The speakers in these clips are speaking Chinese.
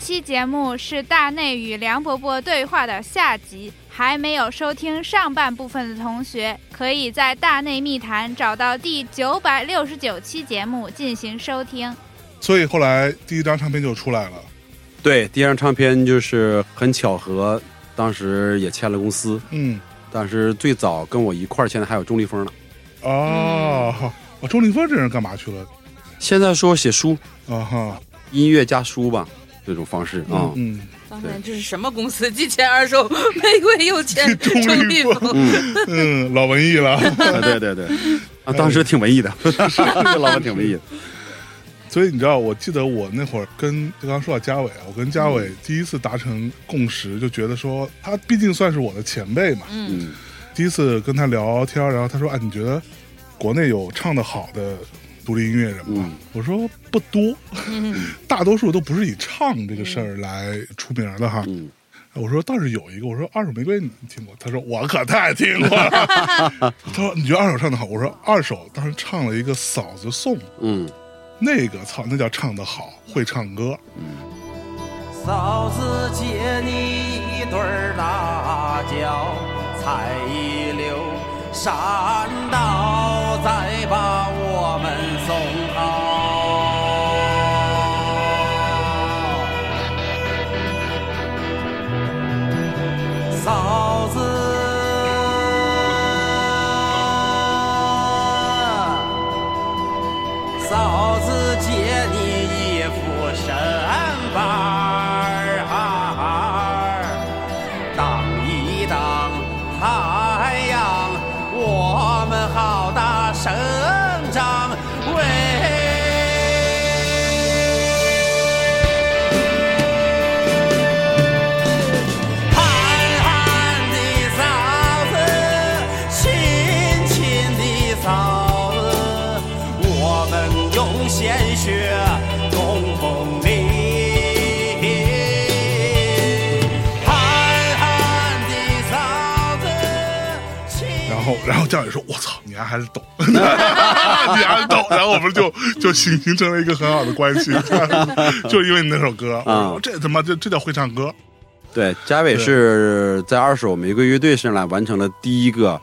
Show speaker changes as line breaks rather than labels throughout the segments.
期节目是大内与梁伯伯对话的下集，还没有收听上半部分的同学，可以在《大内密谈》找到第九百六十九期节目进行收听。
所以后来第一张唱片就出来了。
对，第一张唱片就是很巧合，当时也签了公司，
嗯，
但是最早跟我一块儿签的还有钟立风呢。
哦，哦周立峰这人干嘛去了？
现在说写书，
啊哈，
音乐加书吧，这种方式啊。
嗯，
当年这是什么公司？ 既签二手玫瑰，又签
钟
钟
立
立
风
风。
嗯，
嗯，老文艺了。
啊对对对，啊，当时挺 文艺的，这老板挺文艺的。
所以你知道，我记得我那会儿跟就刚刚说到嘉伟啊，我跟嘉伟第一次达成共识，就觉得说他毕竟算是我的前辈嘛。
嗯，
嗯，
第一次跟他聊天，然后他说：“啊，你觉得国内有唱的好的独立音乐人吗？”
嗯
我说：“不多，
嗯
大多数都不是以唱这个事儿来出名的哈。
嗯
我说：“倒是有一个，我说二手玫瑰你听过？”他说：“我可太听过了。”他说：“你觉得二手唱的好？”我说：“二手当时唱了一个嫂子颂，
嗯，
那个操，那叫唱的好，会唱歌。”
嫂子借你一对儿大脚，采一溜山刀，再把我们送好。嫂子。嫂子借你一副神板儿，挡一挡太阳，我们好大生长。喂。憨憨的嫂子，亲亲的嫂子，我们用鲜血供奉你。憨憨的嫂子，亲
然后，然后教练说：“我操，你丫还是懂， 你丫还是懂。”然后我们就就形形成了一个很好的关系， 就因为你那首歌，
啊
我说这他妈这这叫会唱歌，
对，嘉伟
对
是在二手玫瑰乐队上来完成了第一个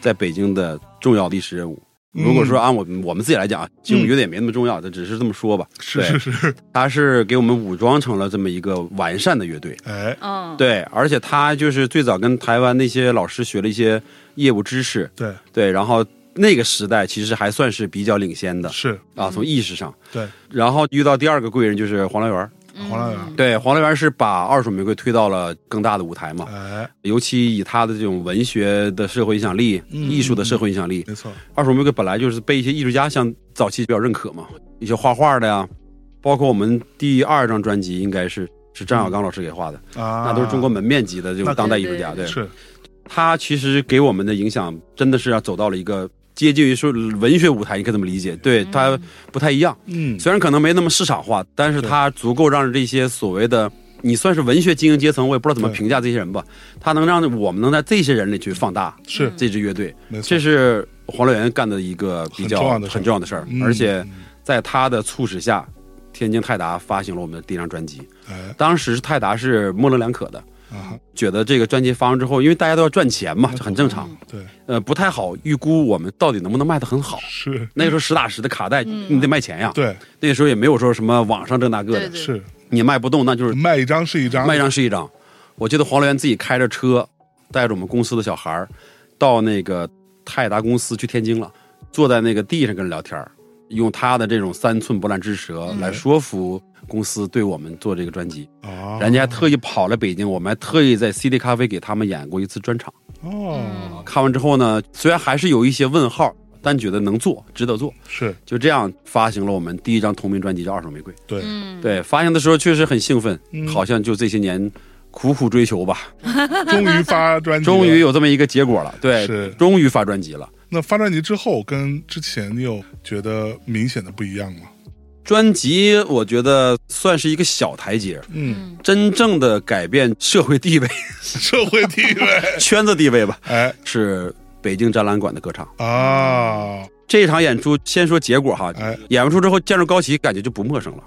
在北京的重要历史任务。
嗯
如果说按我们我们自己来讲啊，其实我们觉得也没那么重要，这只是这么说吧。
是
对
是是，
他是给我们武装成了这么一个完善的乐队。
哎，
嗯，
对，而且他就是最早跟台湾那些老师学了一些业务知识，
对，
对，然后那个时代其实还算是比较领先的
是
啊，从意识上。
嗯对，
然后遇到第二个贵人就是黄乐园，
黄老远，
对，黄乐园是把二手玫瑰推到了更大的舞台嘛，
哎，
尤其以他的这种文学的社会影响力、
嗯
艺术的社会影响力，
没错，
二手玫瑰本来就是被一些艺术家像早期比较认可嘛，一些画画的呀，包括我们第二张专辑应该是是张小刚老师给画的，
啊，
那都是中国门面级的这
那
种当代艺术家。对，
是
他其实给我们的影响真的是要走到了一个接近于说文学舞台，你可以这么理解，对他不太一样。
嗯，
虽然可能没那么市场化，但是它足够让这些所谓的你算是文学精英阶层，我也不知道怎么
对
评价这些人吧，它能让我们能在这些人里去放大
嗯是
这支乐队，
没错
这是黄乐园干的一个比较
很重要的事儿
很重要的事儿，
嗯
而且在他的促使下，天津泰达发行了我们的第一张专辑，
哎
当时泰达是模棱两可的。
啊，
觉得这个专辑发完之后，因为大家都要赚钱嘛，这很正常。
对，
呃，不太好预估我们到底能不能卖得很好。
是，
那个时候实打实的卡带，
嗯
你得卖钱呀。
对，
那个时候也没有说什么网上这那个
对
的，
对
是
你卖不动，那就是
卖一张是一张，
卖一张是一张。我记得黄乐园自己开着车，带着我们公司的小孩儿，到那个泰达公司去天津了，坐在那个地上跟人聊天儿，用他的这种三寸不烂之舌
嗯
来说服公司对我们做这个专辑。
啊，
人家还特意跑来北京，我们还特意在 CD 咖啡给他们演过一次专场。
哦，
看完之后呢，虽然还是有一些问号，但觉得能做，值得做。
是
就这样发行了我们第一张同名专辑叫《二手玫瑰》。
对，
对，发行的时候确实很兴奋，
嗯
好像就这些年苦苦追求吧，
终于发专辑，
终于。有这么一个结果了。
嗯是
对，终于发专辑了。
那发专辑之后，跟之前你有觉得明显的不一样吗？
专辑我觉得算是一个小台阶，
嗯，
真正的改变社会地位、
社会地位，
圈子地位吧，
哎
是北京展览馆的歌唱。
啊，
这场演出先说结果哈，
哎
演完出之后见着高旗，感觉就不 陌生了，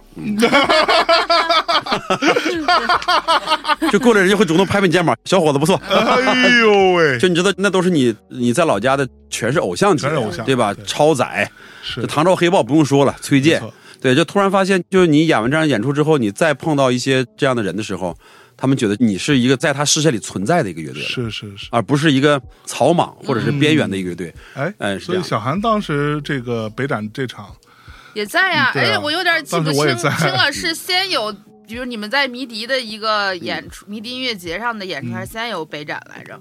嗯、就过来人就会主动拍拍你肩膀，小伙子不错。
哎呦 喂，
就你知道，那都是你你在老家的全是偶像级的，
全是偶像
对吧？
对
超载，
是
这唐朝黑豹不用说了，崔健
没错，
对，就突然发现，就是你演完这样演出之后，你再碰到一些这样的人的时候，他们觉得你是一个在他视线里存在的一个乐队了，
是是是，
而不是一个草莽或者是边缘的一个乐队。
哎
哎是这
所以
样
小韩当时这个北展这场，
也在哎呀，
对啊
而且我有点记不
当时我也
清
在
清 了，是先有，比如你们在迷笛的一
嗯
个演出，迷笛音乐节上的演出，还是先有北展来着？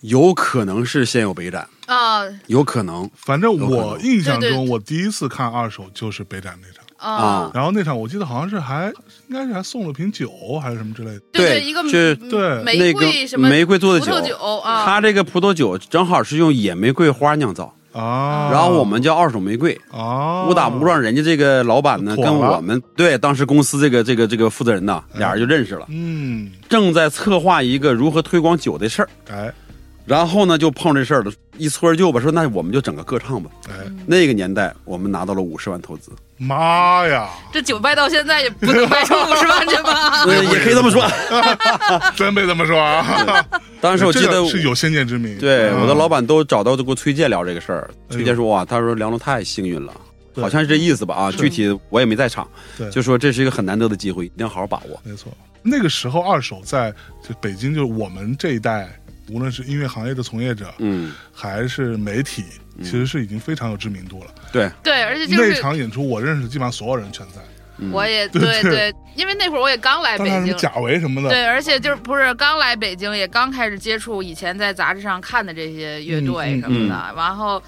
有可能是先有北展，
啊
有可能
反正
有可
我
能
印象
对对
中，我第一次看二手就是北展那场，
啊
啊，
然后那场我记得好像是还应该是还送了瓶酒还是什么之类的，
对
对，一个
是
对
玫
那个
瑰什么
玫瑰做的
葡萄
酒
酒啊，
它这个葡萄酒正好是用野玫瑰花酿造，
啊，
然后我们叫二手玫瑰。
啊
误打误撞，人家这个老板呢
妥
跟
了
我们对当时公司这个这个这个负责人呐，俩人就认识了，
嗯，
正在策划一个如何推广酒的事儿。
哎
然后呢，就碰这事儿了，一搓而就吧，说那我们就整个歌唱吧。
哎，
嗯
那个年代，我们拿到了五十万投资，
妈呀，
这酒卖到现在也不能 卖出五十万去吧？
呃也可以这么说。
真没这么说 啊，
当时我记
这
得
个，是有先见之明，
对
嗯
我的老板都找到就给我崔健聊这个事儿。
哎呦
崔健说哇，他说梁龙太幸运了，
对
好像是这意思吧？啊，具体我也没在场
对，
就说这是一个很难得的机会，一定要好好把握。
没错，那个时候二手在就北京，就是我们这一代，无论是音乐行业的从业者，
嗯，
还是媒体，其实是已经非常有知名度了。
对，
对，而且就
那
是
场演出，我认识基本上所有人全在，
我也对对，因为那会儿我也刚来
当
北
然什
京
么，贾维什么的，
对，而且就是不是刚来北京，也刚开始接触以前在杂志上看的这些乐队什么的，然后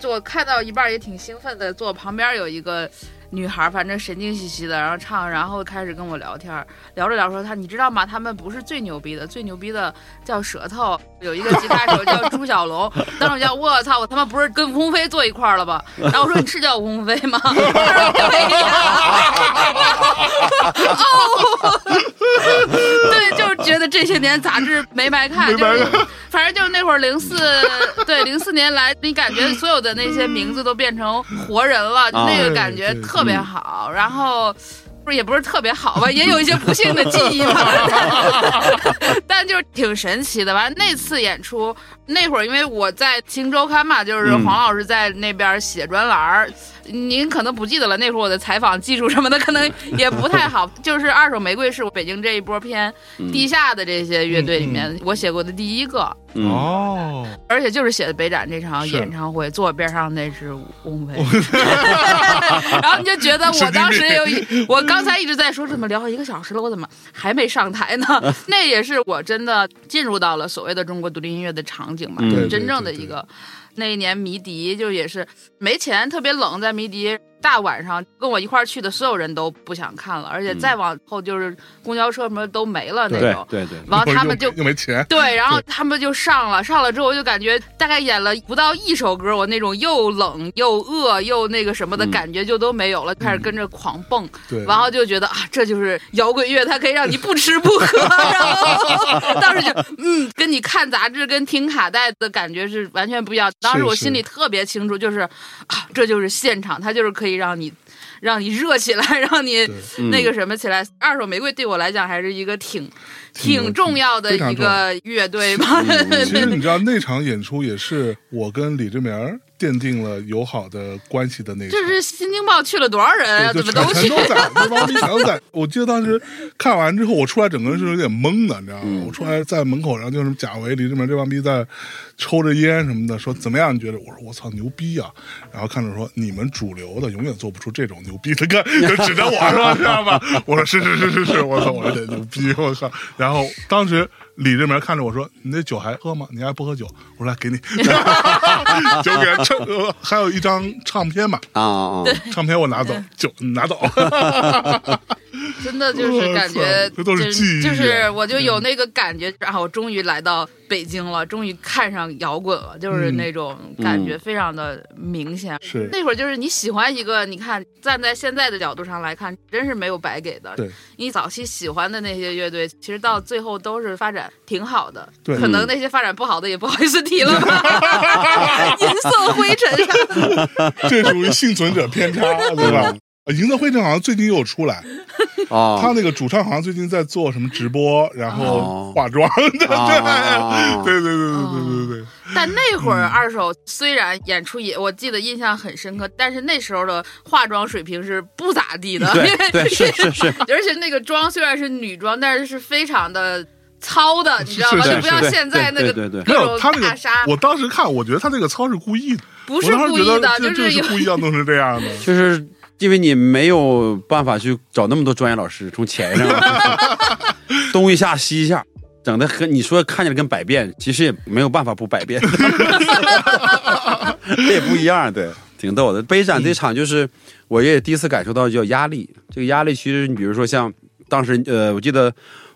就我看到一半儿也挺兴奋的，坐我旁边有一个。女孩儿反正神经兮兮的，然后唱，然后开始跟我聊天儿，聊着聊着说她，你知道吗？他们不是最牛逼的，最牛逼的叫舌头，有一个吉他手叫朱小龙。当时我叫我操，我他妈不是跟鸿飞坐一块儿了吧？然后我说你是叫吴鸿飞吗？他说对呀。哦，对，就是觉得这些年杂志没白看，
没白看
就是反正就是那会儿零四，对零四年来，你感觉所有的那些名字都变成活人了，
啊
那个感觉
对对
特别好。然后。不是也不是特别好吧，也有一些不幸的记忆吧，但就是挺神奇的。完那次演出那会儿，因为我在《青周刊》嘛，就是
嗯
黄老师在那边写专栏儿，您可能不记得了。那会儿我的采访技术什么的可能也不太 好。就是《二手玫瑰》是我北京这一波偏地下的这些乐队里面我写过的第一个，
嗯
哦，
而且就是写的北展这场
是
演唱会，坐我边上那是翁飞， 然后你就觉得我当时有一，我刚才一直在说怎么聊一个小时了，我怎么还没上 台呢？那也是我真的进入到了所谓的中国独立音乐的场景嘛，
嗯
就是真正的
对对对
一个。那一年迷笛就也是没钱，特别冷，在迷笛大晚上跟我一块儿去的所有人都不想看了，而且
嗯
再往后就是公交车什么都没了那
对
种，
对对，
然后他们就
又又没 钱，
对，然后他们就上了，上了之后我就感觉大概演了不到一首歌，我那种又冷又饿又那个什么的
嗯
感觉就都没有了，开始跟着狂蹦，
嗯对，
然后就觉得啊，这就是摇滚乐，它可以让你不吃不 喝，然后当时就嗯，跟你看杂志跟听卡带的感觉是完全不一样。当时我心里特别清楚，就是啊，这就是现场，它就是可以让你让你热起来， 让你
对
嗯
那个什么起来。二手玫瑰对我来讲还是一个挺
挺
挺重要的
非常
一
重要
个乐队吧。
嗯其实你知道那场演出也是我跟李志明儿奠定了友好的关系的那场
这。是新京报去了多少人啊？
对，
怎
就
么都
全
去？
都在，那帮逼全都在。我记得当时看完之后，我出来整个人是有点懵的，你知道吗？
嗯
我出来在门口，然后就什么贾维、李志明这帮逼在抽着烟什么的，说怎么样？你觉得？我说我操牛逼啊！然后看着说你们主流的永远做不出这种牛逼的歌，就指着我说知道吧？我说是是是是是，我操，我有点牛逼，我靠！然后当时。李志明看着我说：“你那酒还喝吗？你还不喝酒？”我说：“来，给你， 酒给他撑。呃”还有一张唱片嘛，
啊啊啊！
嗯
唱片我拿走，酒拿走。
真的就是感觉
我操这都是
就
记忆啊
就是我就有那个感觉，然后我终于来到北京了，终于看上摇滚了，就是
嗯
那种感觉非常的明显。
是
那会儿就是你喜欢一个，你看站在现在的角度上来看，真是没有白给的。
对，
你早期喜欢的那些乐队，其实到最后都是发展挺好的。
对嗯
可能那些发展不好的也不好意思提了吧， 银色灰尘啥的。
这属于幸存者偏差， 对吧？呃银色灰尘好像最近又有出来，他
嗯啊，
那个主唱好像最近在做什么直播，然后
哦
化妆，对
哦
对对对对对对对，
但那会儿二手虽然演出也，我记得印象很深刻，但是那时候的化妆水平是不咋地的，因为
对 对是是是，
而且那个妆虽然是女装，但是是非常的糙的，你知道吗？
是是
就不像
是
现在那个
对对对
没
对
各
有
种
他那
大
个
纱，，
我当时看，我觉得他那个操是故意的，
不
我
是
当时
故
觉
意
得
的，
这
就
这
是
是
有
故意要弄成这样 的，
就是因为你没有办法去找那么多专业老师从钱上啊 东一下西一下，整的和你说看起来跟百变，其实也没有办法不百变， 这也不一样，对，挺逗的。杯展这场就是我也第一次感受到叫压力，这个压力其实你比如说像当时呃，我记得。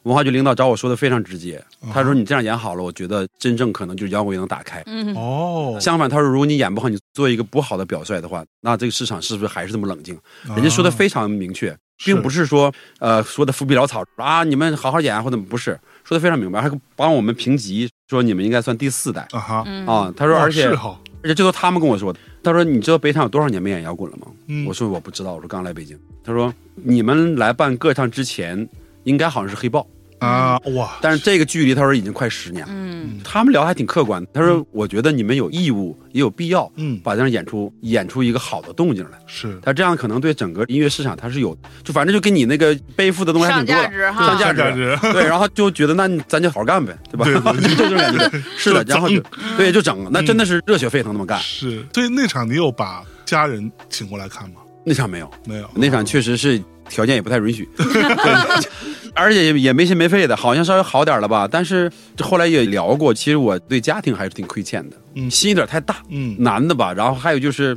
文化局领导找我说的非常直接，他说你这样演好了，我觉得真正可能就是摇滚乐能打开。
嗯，
哦，
相反，他说如果你演不好，你做一个不好的表率的话，那这个市场是不是还是这么冷静？人家说的非常明确，并不
啊是
是说呃说的浮皮潦草啊，你们好好演啊或者不是，说的非常明白，还帮我们评级，说你们应该算第四代
啊哈，
嗯
啊。他说，
哇
而且
是哈，
而且这都他们跟我说的。他说，你知道北厂有多少年没演摇滚了吗？
嗯
我说我不知道，我说刚来北京。他说，你们来办歌唱之前，应该好像是黑豹，
啊哇，
但是这个距离他说已经快十年了。
嗯，
他们聊得还挺客观的，他说，我觉得你们有义务也有必要。
嗯
把这样演出演出一个好的动静来，
是
他这样可能对整个音乐市场它是有，就反正就跟你那个背负的东西还
上
挺多，
价值哈，
上价
上价值
值，对，然后就觉得那咱就好好干呗， 对吧？
对对对
就这种感觉， 是的，
就嗯
然后就对就整，那真的是热血沸腾那么干。
是，所以那场你有把家人请过来看吗？
那场没有，
没有，
那场确实是条件也不太允许， 对，而且也没心没肺的，好像稍微好点了吧。但是这后来也聊过，其实我对家庭还是挺亏欠的，
嗯
心有点太大，
嗯
男的吧，然后还有就是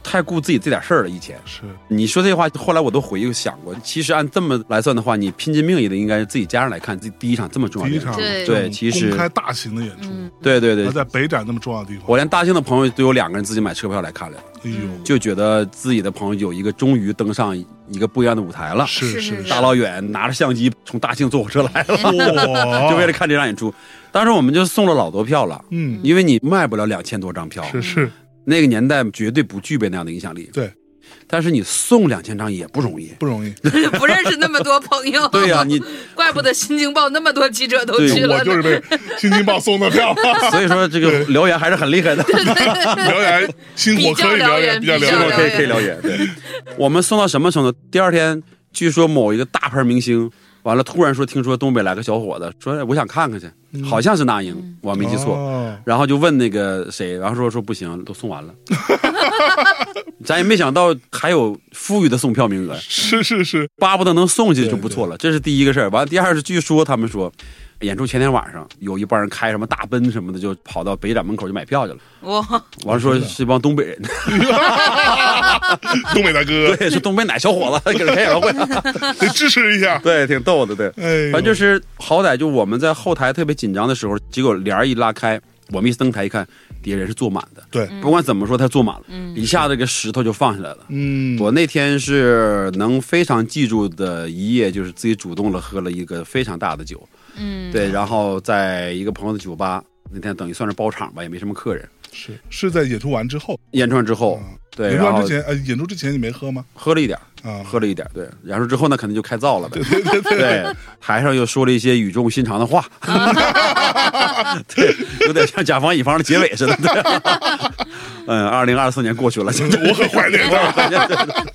太顾自己这点事儿了，以前。
是
你说这话，后来我都回忆想过，其实按这么来算的话，你拼尽命也得应该是自己家人来看，自己第一场这么重要
第
的
一
演出
场这
对
种
对其实
公开大型的演出，
嗯，
对对
还
对，
在北展那么重要的地方，
我连大庆的朋友都有两个人自己买车票来看了，
哎呦，
嗯
就觉得自己的朋友有一个终于登上一个不一样的舞台了。
是
是是
是，
大老远拿着相机从大庆坐火车来了，
哇，
就为了看这场演出。当时我们就送了老多票了，
嗯，
因为你卖不了两千多张票，
是是，
嗯
那个年代绝对不具备那样的影响力。
对，
但是你送两千张也不容易。
不 容易。
不认识那么多朋友，
对呀、 你
怪不得《新京报》那么多记者都
对
去了
我
呢，
就是被《新京报》送的票，
所以说这个留言还是很厉害的。
表演星火可以表演，比较
比较
了 解
了解
可以可以了解。对，我们送到什么程度？第二天，据说某一个大牌明星，完了突然说听说东北来个小伙子，说哎我想看看去，好像是那英，我没记错。
嗯哦
然后就问那个谁，然后说说不行，都送完了。 咱也没想到还有富裕的送票名额，
是是是，
巴不得能送去就不错了。这是第一个事儿。完了，第二是据说他们说。演出前天晚上，有一帮人开什么大奔什么的，就跑到北展门口就买票去了。
哇，
完了说是一帮东北 人，
东北大哥
对，是东北哪小伙子给 人开演唱会，
得支持一下。
对，挺逗的，对。
哎，
反正就是好歹就我们在后台特别紧张的时候，结果帘儿一拉开，我们一登台一看，底下人是坐满的。
对，
不管怎么说，他坐满了，一下子这个石头就放下来了。
嗯，
我那天是能非常记住的一夜，就是自己主动了喝了一个非常大的酒，
嗯，
对，然后在一个朋友的酒吧，那天等于算是包场吧，也没什么客人。
是是在演出完之后，
演出之后，对，
演出
然
完
后
之前，呃，演出之前你没喝吗？
喝了一点儿，
啊，
喝了一点儿，对，然后之后呢，肯定就开灶了呗。对对对台上又说了一些语重心长的话，对，有点像甲方乙方的结尾似的。对嗯，二零二四年过去了，现在
我很怀念他。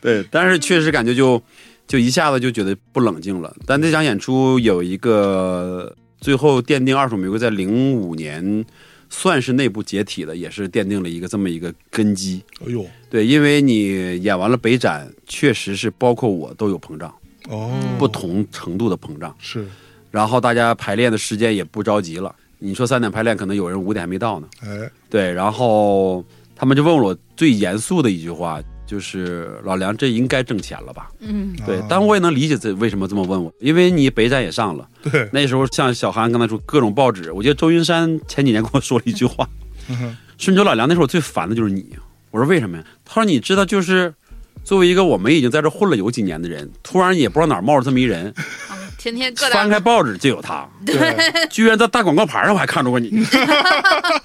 对，但是确实感觉就就一下子就觉得不冷静了。但这场演出有一个最后奠定二手玫瑰在零五年算是内部解体的，也是奠定了一个这么一个根基。
哎呦，
对，因为你演完了北展，确实是包括我都有膨胀。
嗯
哦，
不同程度的膨胀，
是，
然后大家排练的时间也不着急了。你说三点排练，可能有人五点还没到呢。
哎，
对，然后他们就问我最严肃的一句话，就是老梁，这应该挣钱了吧？
嗯
对
啊，
但我也能理解这为什么这么问我，因为你北展也上了，
对，
那时候像小韩刚才说各种报纸，我记得周云山前几年跟我说了一句话，
嗯哼
顺州老梁那时候我最烦的就是你，我说为什么呀？他说你知道就是。作为一个我们已经在这混了有几年的人，突然也不知道哪儿冒出这么一人，
天天各大
翻开报纸就有他，
对，
居然在大广告牌上我还看着 过你，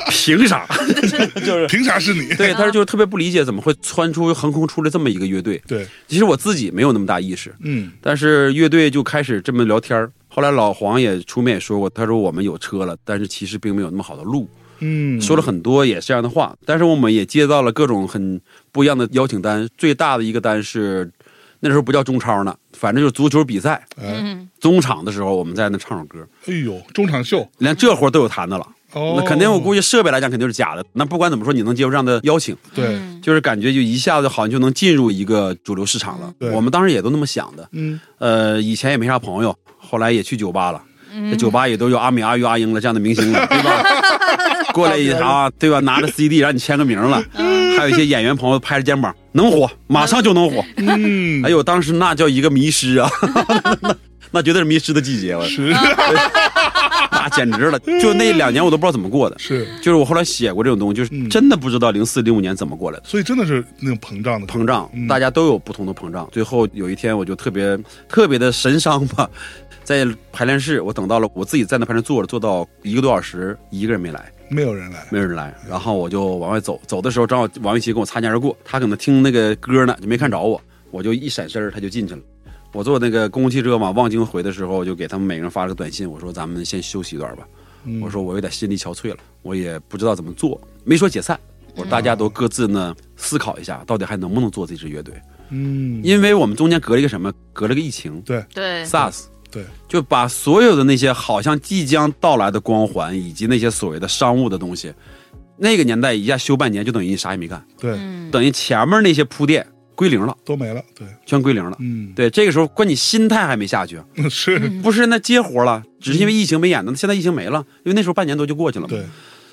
凭啥？ 就 是
凭啥是你？
对，他就是特别不理解怎么会窜出横空出来这么一个乐队。
对，
其实我自己没有那么大意识，
嗯
但是乐队就开始这么聊天儿。后来老黄也出面也说过，他说我们有车了，但是其实并没有那么好的路，
嗯，
说了很多也是这样的话。但是我们也接到了各种很不一样的邀请单，最大的一个单是那时候不叫中超呢，反正就是足球比赛
哎
嗯
中场的时候，我们在那唱首歌，
哎呦，中场秀，
连这活儿都有谈的了。
哦，
那肯定，我估
计
计设备来讲肯定是假的。那不管怎么说，你能接受这样的邀请，
对，
嗯
就是感觉就一下子好像就能进入一个主流市场了。
对
我们当时也都那么想的。
嗯，
呃，以前也没啥朋友，后来也去酒吧了，这酒吧也都有阿米、阿玉、阿英了这样的明
嗯
星了，对吧？过来一啊，对吧？拿着 CD 让你签个名了，还有一些演员朋友拍着肩膀，能火，马上就能火。
嗯，
哎呦，当时那叫一个迷失 啊，那绝对是迷失的季节，我
是
啊那简直了！就那两年我都不知道怎么过的。
是，
就是我后来写过这种东西，就是
嗯
真的不知道零四零五年怎么过来的。
所以真的是那种膨胀的
膨胀
嗯，
大家都有不同的膨胀。最后有一天，我就特别特别的神伤吧， 在排练室，我等到了我自己在那排练坐着，坐到一个多小时，一个人没来，
没有人来，
没有人来。然后我就往外走，走的时候正好王玉琪跟我擦肩而过，他可能听那个歌呢，就没看着我，我就一闪身儿，他就进去了。我坐那个公共汽车往望京回的时候，我就给他们每个人发了个短信，我说咱们先休息一段吧。
嗯
我说我有点心力憔悴了，我也不知道怎么做，没说解散。我说大家都各自呢思考一下，到底还能不能做这支乐队？
嗯，
因为我们中间隔了一个什么，隔了个疫情
对，
，SARS，
对，
就把所有的那些好像即将到来的光环，以及那些所谓的商务的东西，那个年代一下休半年，就等于你啥也没干，
对，
嗯
等于前面那些铺垫归零了，
都没了，对，
全归零了。
嗯，
对，这个时候关你心态还没下去，
嗯
是，
不是那接活了，只是因为疫情没演呢。现在疫情没了，因为那时候半年多就过去了嘛。
对，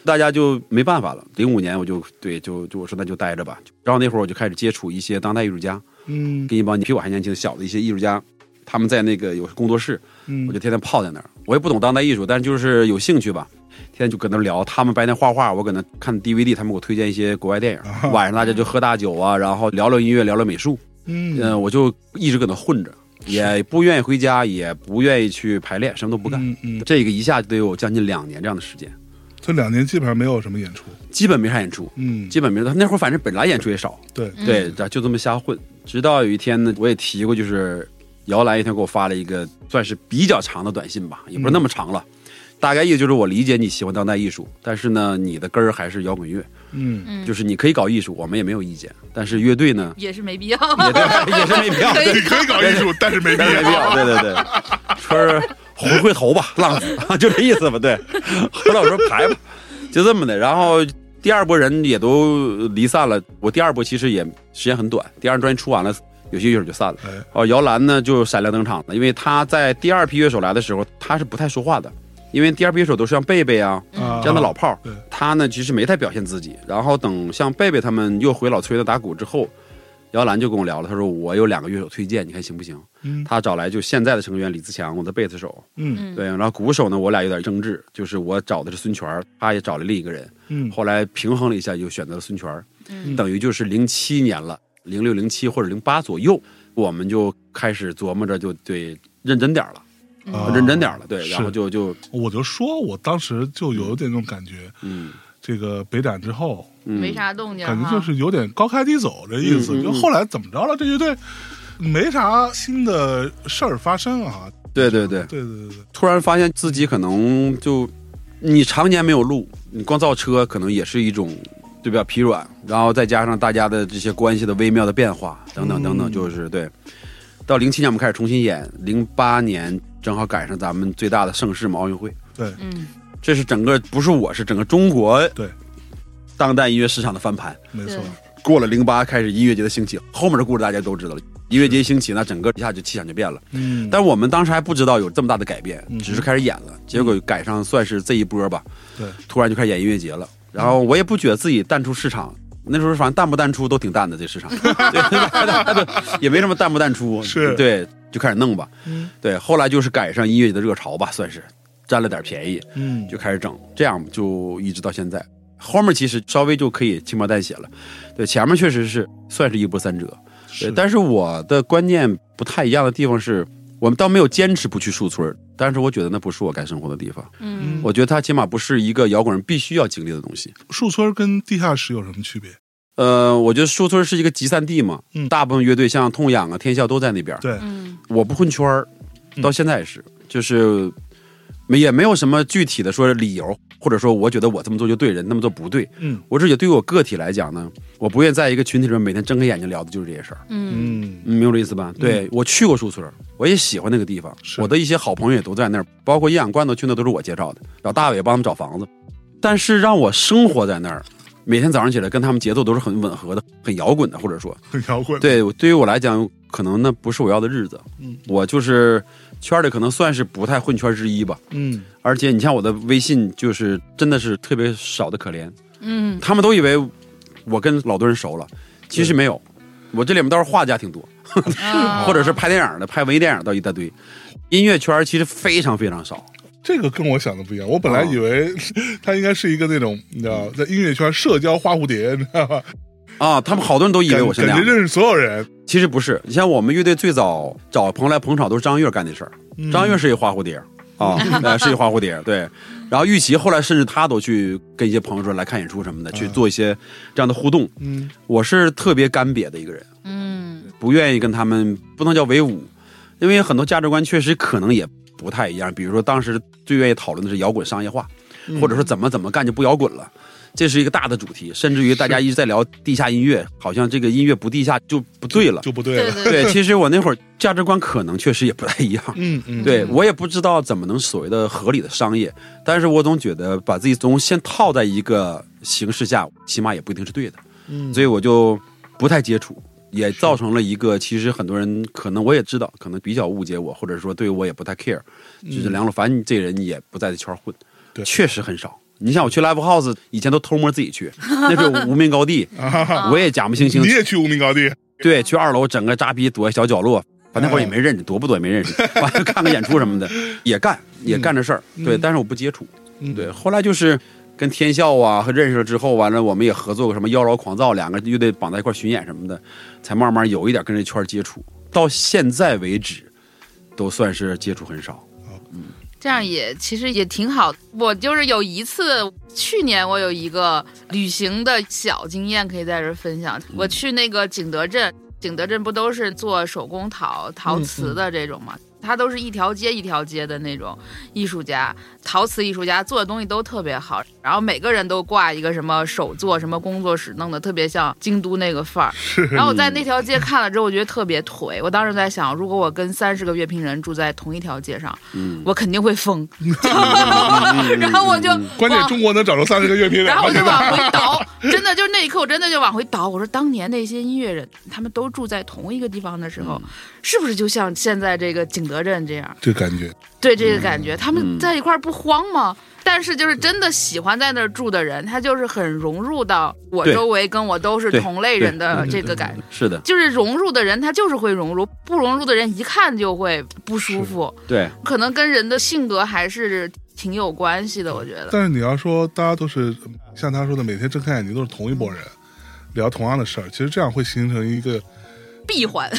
大家就没办法了。零五年我就对，就就我说那就待着吧。然后那会儿我就开始接触一些当代艺术家，
嗯
跟一帮比我还年轻的小的一些艺术家，他们在那个有工作室，
嗯，
我就天天泡在那儿。我也不懂当代艺术，但就是有兴趣吧，天天就搁那聊。他们白天画画，我搁那看 DVD，他们给我推荐一些国外电影。晚上大家就喝大酒啊，然后聊聊音乐，聊聊美术。
嗯
嗯、我就一直搁那混着，也不愿意回家，也不愿意去排练，什么都不干。
嗯嗯，
这个一下就得有将近两年这样的时间，
这两年基本上没有什么演出，
基本没啥演出。
嗯，
基本没有。他那会儿反正本来演出也少，
对，
嗯
对，然后就这么瞎混。直到有一天呢，我也提过，就是姚澜一天给我发了一个算是比较长的短信吧，也不是
嗯
那么长了，大概意思就是我理解你喜欢当代艺术，但是呢，你的根儿还是摇滚乐，
嗯，
嗯，
就是你可以搞艺术，我们也没有意见，但是乐队 呢
也是没必要，
也 对，也是没必要，对
你可以搞艺术，但是没必
但是没必
要，
要，对对对，说是回回头吧，浪子， 就这意思吧，对。后来我说排吧，就这么的。然后第二波人也都离散了，我第二波其实也时间很短，第二张专辑出完了，有些乐手就散了
哎。
哦，姚澜呢就闪亮登场了，因为他在第二批乐手来的时候，他是不太说话的。因为第二批乐手都是像贝贝啊
啊
这样的老炮儿
对，
他呢其实没太表现自己。然后等像贝贝他们又回老崔那打鼓之后，姚澜就跟我聊了，他说我有两个乐手推荐，你看行不行？
嗯
他找来就现在的成员李自强，我的贝斯手，
嗯
对，然后鼓手呢，我俩有点争执，就是我找的是孙权儿，他也找了另一个人，
嗯，
后来平衡了一下，又选择了孙权儿，
嗯
等于就是零七年了，零六零七或者零八左右，我们就开始琢磨着就对认真点儿了，
啊
认真点儿了，对，
是
然后就就
我就说我当时就有点那种感觉，
嗯
这个北展之后，
嗯，
没啥动静哈，
感觉就是啊有点高开低走的意思。
嗯嗯嗯
就后来怎么着了，这乐队没啥新的事儿发生啊。
对对对，
对对对对，
突然发现自己可能就你常年没有路，你光造车可能也是一种对吧疲软，然后再加上大家的这些关系的微妙的变化等等等等，就是对。到零七年我们开始重新演，零八年正好赶上咱们最大的盛世嘛奥运会，
嗯，
这是整个不是我是整个中国
对
当代音乐市场的翻盘。
没错，
过了零八开始音乐节的兴起，后面的故事大家都知道了。音乐节兴起，那整个一下就气象就变了。
嗯，
但我们当时还不知道有这么大的改变
嗯，
只是开始演了，结果赶上算是这一波吧，
对，
突然就开始演音乐节了。然后我也不觉得自己淡出市场，那时候反正淡不淡出都挺淡的，这 市场对 也没什么淡不淡出，
是
对，就开始弄吧。
嗯
对，后来就是赶上音乐节的热潮吧，算是占了点便宜，
嗯，
就开始整，这样就一直到现在。后面其实稍微就可以轻描淡写了，对，前面确实是算是一波三折。对，
是
但是我的观念不太一样的地方是，我们倒没有坚持不去树村儿，但是我觉得那不是我该生活的地方。
嗯
我觉得它起码不是一个摇滚人必须要经历的东西。
树村跟地下室有什么区别？
呃，我觉得树村是一个集散地嘛，
嗯
大部分乐队像痛痒啊、天笑都在那边儿。
对，
嗯
我不混圈儿，
嗯
到现在也是，就是没也没有什么具体的说理由，或者说我觉得我这么做就对，人那么做不对。
嗯
我只觉得对于我个体来讲呢，我不愿意在一个群体里面每天睁开眼睛聊的就是这些事儿。
嗯
嗯
嗯，明白我的意思吧？对、我去过树村儿，我也喜欢那个地方，
是
我的一些好朋友也都在那儿，包括营养罐头去那都是我介绍的，老大伟帮他们找房子，但是让我生活在那儿。每天早上起来跟他们节奏都是很吻合的，很摇滚的，或者说，
很嗯 摇滚。
对，对于我来讲，可能那不是我要的日子。
嗯
我就是圈里可能算是不太混圈之一吧。
嗯
而且你像我的微信，就是真的是特别少的可怜，
嗯
他们都以为我跟老多人熟了，其实没有，我这里面倒是画家挺多。
啊
或者是拍电影的、拍文艺电影到一大堆。音乐圈其实非常非常少，
这个跟我想的不一样。我本来
哦
以为 他应该是一个那种，你知
嗯
道，在音乐圈社交花蝴蝶，你知道吧？
啊，他们好多人都以为我是
感
那
感觉
样的，
认识所有人。
其实不是。你像我们乐队最早找朋友来捧场都是张悦干的事儿，
嗯
张悦是一花蝴蝶啊，呃是一花蝴蝶，对。然后玉琪后来甚至他都去跟一些朋友说来看演出什么的，去做一些这样的互动。
嗯
我是特别干瘪的一个人，
嗯
不愿意跟他们不能叫为伍，因为很多价值观确实可能也不太一样。比如说当时最愿意讨论的是摇滚商业化，或者说怎么怎么干就不摇滚了，这是一个大的主题。甚至于大家一直在聊地下音乐，好像这个音乐不地下就不对了。
就不对了。
对
对，其实我那会儿价值观可能确实也不太一样。
嗯嗯，
对我也不知道怎么能所谓的合理的商业，但是我总觉得把自己总先套在一个形式下，起码也不一定是对的。
嗯
所以我就不太接触，也造成了一个其实很多人可能我也知道，可能比较误解我，或者说对我也不太 care，就是梁洛凡这人也不在这圈混，
嗯对
确实很少。你像我去 live house 以前都偷摸自己去，那时候无名高 地，
啊
我也假模惺
你
惺，
也去无名高地，
对，去二楼整个扎逼躲小角落，
哎
反正那会儿也没认识，躲不躲也没 认识，完了看个演出什么的也干，也干这事儿，对，但是我不接触，
嗯
对，后来就是跟天笑啊和认识了之后，完了我们也合作过什么《妖娆狂躁》，两个乐队绑在一块儿巡演什么的，才慢慢有一点跟这圈儿接触。到现在为止，都算是接触很少。
这样也其实也挺好。我就是有一次，去年我有一个旅行的小经验可以在这儿分享。我去那个景德镇，景德镇不都是做手工陶陶瓷的这种吗？它都是一条街一条街的那种艺术家，陶瓷艺术家做的东西都特别好，然后每个人都挂一个什么手作什么工作室，弄得特别像京都那个范儿。然后我在那条街看了之后，我觉得特别颓。我当时在想，如果我跟三十个乐评人住在同一条街上，
嗯，
我肯定会疯。
嗯
然后我 就
嗯
关键
往
中国能找出三十个乐评人
然后
吗，
我就
现在
往回倒，真的就是那一刻，我真的就往回倒。我说，当年那些音乐人，他们都住在同一个地方的时候，是不是就像现在这个景德镇这样？
这感觉
对这个感觉，他
嗯
们在一块儿不慌吗？但是就是真的喜欢在那儿住的人，他就是很融入到我
对
周围跟我都是
对
同类人的
对对
这个感觉。
是的，
就是融入的人，他就是会融入；不融入的人，一看就会不舒服。
对，
可能跟人的性格还是挺有关系的，我觉得。
但是你要说大家都是像他说的，每天睁开眼睛都是同一拨人，聊同样的事儿，其实这样会形成一个，
闭环。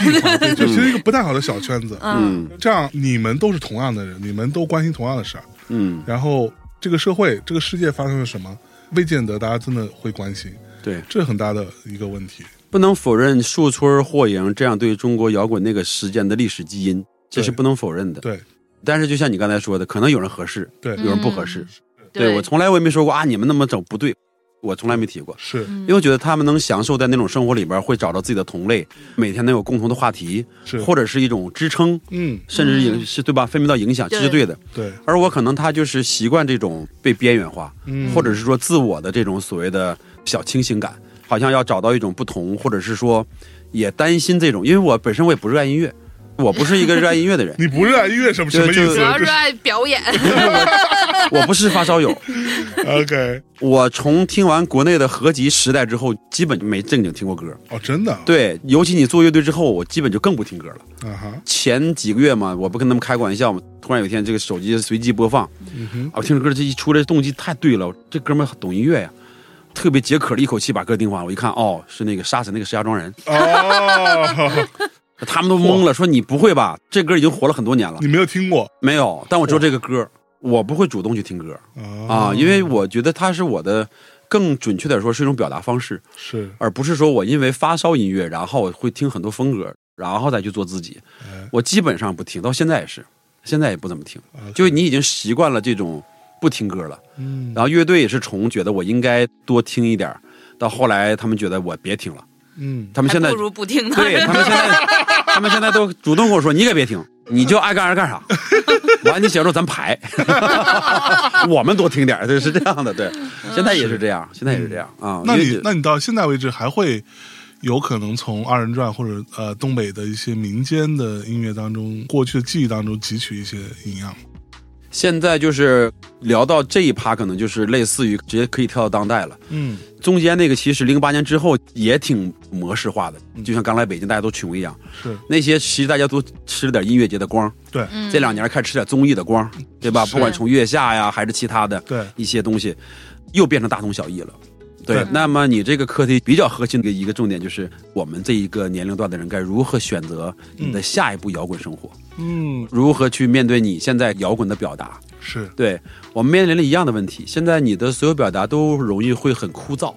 就其实一个不太好的小圈子。
嗯
嗯
这样你们都是同样的人，你们都关心同样的事儿，
嗯，
然后这个社会、这个世界发生了什么，未见得大家真的会关心，
对，
这是很大的一个问题。
不能否认树村霍营这样对中国摇滚那个时间的历史基因，这是
对
不能否认的。
对
但是就像你刚才说的，可能有人合适，
对，
嗯
有人不合适。
对
我从来我也没说过啊，你们那么整不对，我从来没提过。
是
嗯
因为我觉得他们能享受在那种生活里边，会找到自己的同类，每天能有共同的话题，
是，
或者是一种支撑，
嗯，
甚至影是对吧？分泌到影响，这是
对
对的。
对，
而我可能他就是习惯这种被边缘化，
嗯，
或者是说自我的这种所谓的小清醒感，好像要找到一种不同，或者是说也担心这种，因为我本身我也不热爱音乐，我不是一个热爱音乐的人
，你不热爱音乐什么什
就
么意
就
思
主要
这
热
是
爱表演，
我不是发烧友。
？OK，
我从听完国内的合集时代之后，基本就没正经听过歌。
哦，真的啊，
对，尤其你做乐队之后，我基本就更不听歌了。
啊哈，
前几个月嘛，我不跟他们开过玩笑嘛，突然有一天这个手机随机播放，
嗯哼，
啊，听着歌这一出来动机太对了，这哥们儿懂音乐呀，特别解渴的一口气把歌听完。我一看，哦，是那个杀神那个石家庄人，
哦，
他们都懵了，说你不会吧？这歌已经火了很多年了
你，没有听过
没有，但我知道这个歌，我不会主动去听歌
哦
啊，因为我觉得它是我的。更准确点说，是一种表达方式，
是
而不是说我因为发烧音乐，然后会听很多风格，然后再去做自己。
哎
我基本上不听，到现在也是，现在也不怎么听。
啊
就你已经习惯了这种不听歌了。
嗯
然后乐队也是从觉得我应该多听一点儿，到后来他们觉得我别听了，
嗯
他们 现在
还不如不听呢。
对他们现在他们现在都主动跟我说你可别听，你就爱干啥干啥。完你写着咱排， 我们多听点儿，对，是这样的，对，现在也是这样，现在也是这样啊。
那
因
你
为
那你到现在为止还会有可能从二人转或者呃东北的一些民间的音乐当中，过去的记忆当中汲取一些营养吗？
现在就是聊到这一趴，可能就是类似于直接可以跳到当代了。
嗯
中间那个其实零八年之后也挺模式化的，就像刚来北京大家都穷一样。
是
那些其实大家都吃了点音乐节的光，
对
嗯
这两年开始吃点综艺的光，对吧？
是
不管从月下呀还是其他的
对
一些东西，又变成大同小异了。对，
对
那么你这个课题比较核心的一个重点就是，我们这一个年龄段的人该如何选择你的下一步摇滚生活，
嗯
如何去面对你现在摇滚的表达。
是
对我们面临了一样的问题，现在你的所有表达都容易会很枯燥，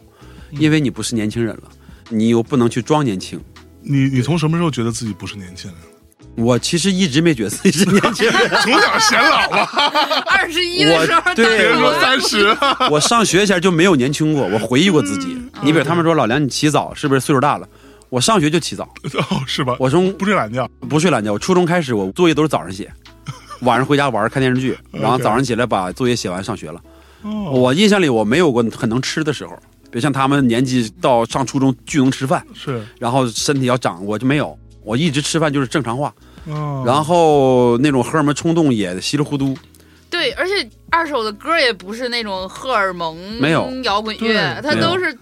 因为你不是年轻人了，你又不能去装年轻。
你你从什么时候觉得自己不是年 轻人？
我其实一直没觉得自己是年 轻人，
从小显老吧，
二十一的时候，
我对
别人说
我
三十，
我上学前就没有年轻过，我回忆过自己。你比如他们说老梁你起早是不是岁数大了？我上学就起早，
哦是吧？
我从
不睡懒觉，
不睡懒觉，我初中开始我作业都是早上写，晚上回家玩看电视剧，然后早上起来把作业写完上学了。
哦
我印象里我没有过很能吃的时候，别像他们年纪到上初中巨能吃饭，
是
然后身体要长，我就没有。我一直吃饭就是正常化，
哦，
然后那种荷尔蒙冲动也稀里糊涂，
对，而且二手的歌也不是那种荷尔蒙
没有
摇滚乐，
对
它
没有
都是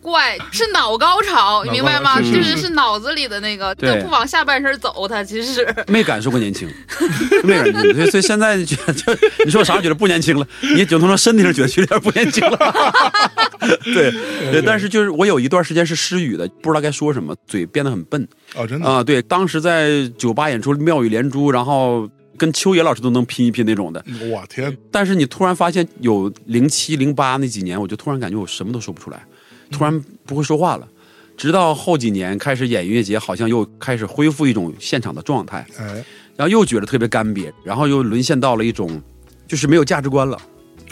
怪是脑高潮，你明白吗？
是是
就是是是脑子里的那个，
对
它不往下半身走，它其实
没感受过年轻， 没感受过年轻。所以所以现在 觉得就你说我啥时候觉得不年轻了？你只能从身体上觉得有点不年轻了。 对对，但是就是我有一段时间是失语的，不知道该说什么，嘴变得很笨
哦真的
啊、对，当时在酒吧演出《妙语连珠》，然后跟秋野老师都能拼一拼那种的。
我天，
但是你突然发现有零七零八那几年，我就突然感觉我什么都说不出来，突然不会说话了。直到后几年开始演音乐节，好像又开始恢复一种现场的状态，
哎
然后又觉得特别干瘪，然后又沦陷到了一种就是没有价值观了。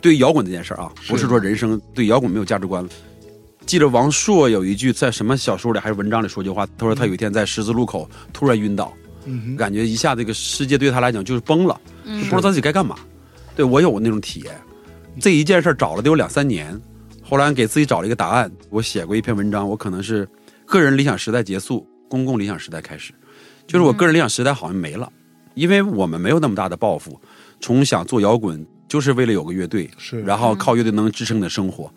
对于摇滚这件事儿啊，不是说人生对摇滚没有价值观了。记得王朔有一句在什么小说里还是文章里说句话，他说他有一天在十字路口突然晕倒，
嗯哼
感觉一下这个世界对他来讲就是崩了，就不知道自己该干嘛。对我有那种体验，这一件事儿找了得有两三年，后来给自己找了一个答案。我写过一篇文章，我可能是个人理想时代结束，公共理想时代开始，就是我个人理想时代好像没了，因为我们没有那么大的抱负，从想做摇滚就是为了有个乐队，
是
然后靠乐队能支撑你的生活。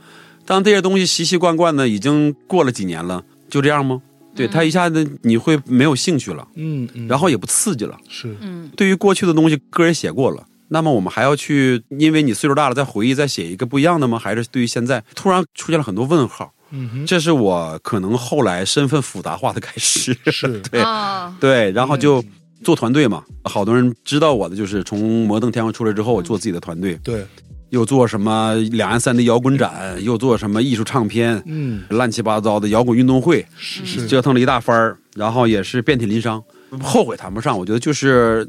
当这些东西习习惯惯的已经过了几年了，就这样吗？对他一下子你会没有兴趣了，
嗯嗯，
然后也不刺激了。
是
嗯，
对于过去的东西，歌也写过了。那么我们还要去，因为你岁数大了，再回忆，再写一个不一样的吗？还是对于现在突然出现了很多问号？
嗯哼
这是我可能后来身份复杂化的开始。
是 哦嗯
对
啊，
对，然后就做团队嘛，好多人知道我的就是从摩登天空出来之后，我做自己的团队，
对
又做什么两岸三地摇滚展，又做什么艺术唱片，
嗯
乱七八糟的摇滚运动会，
是是
折腾了一大番儿，然后也是遍体鳞伤，后悔谈不上。我觉得就是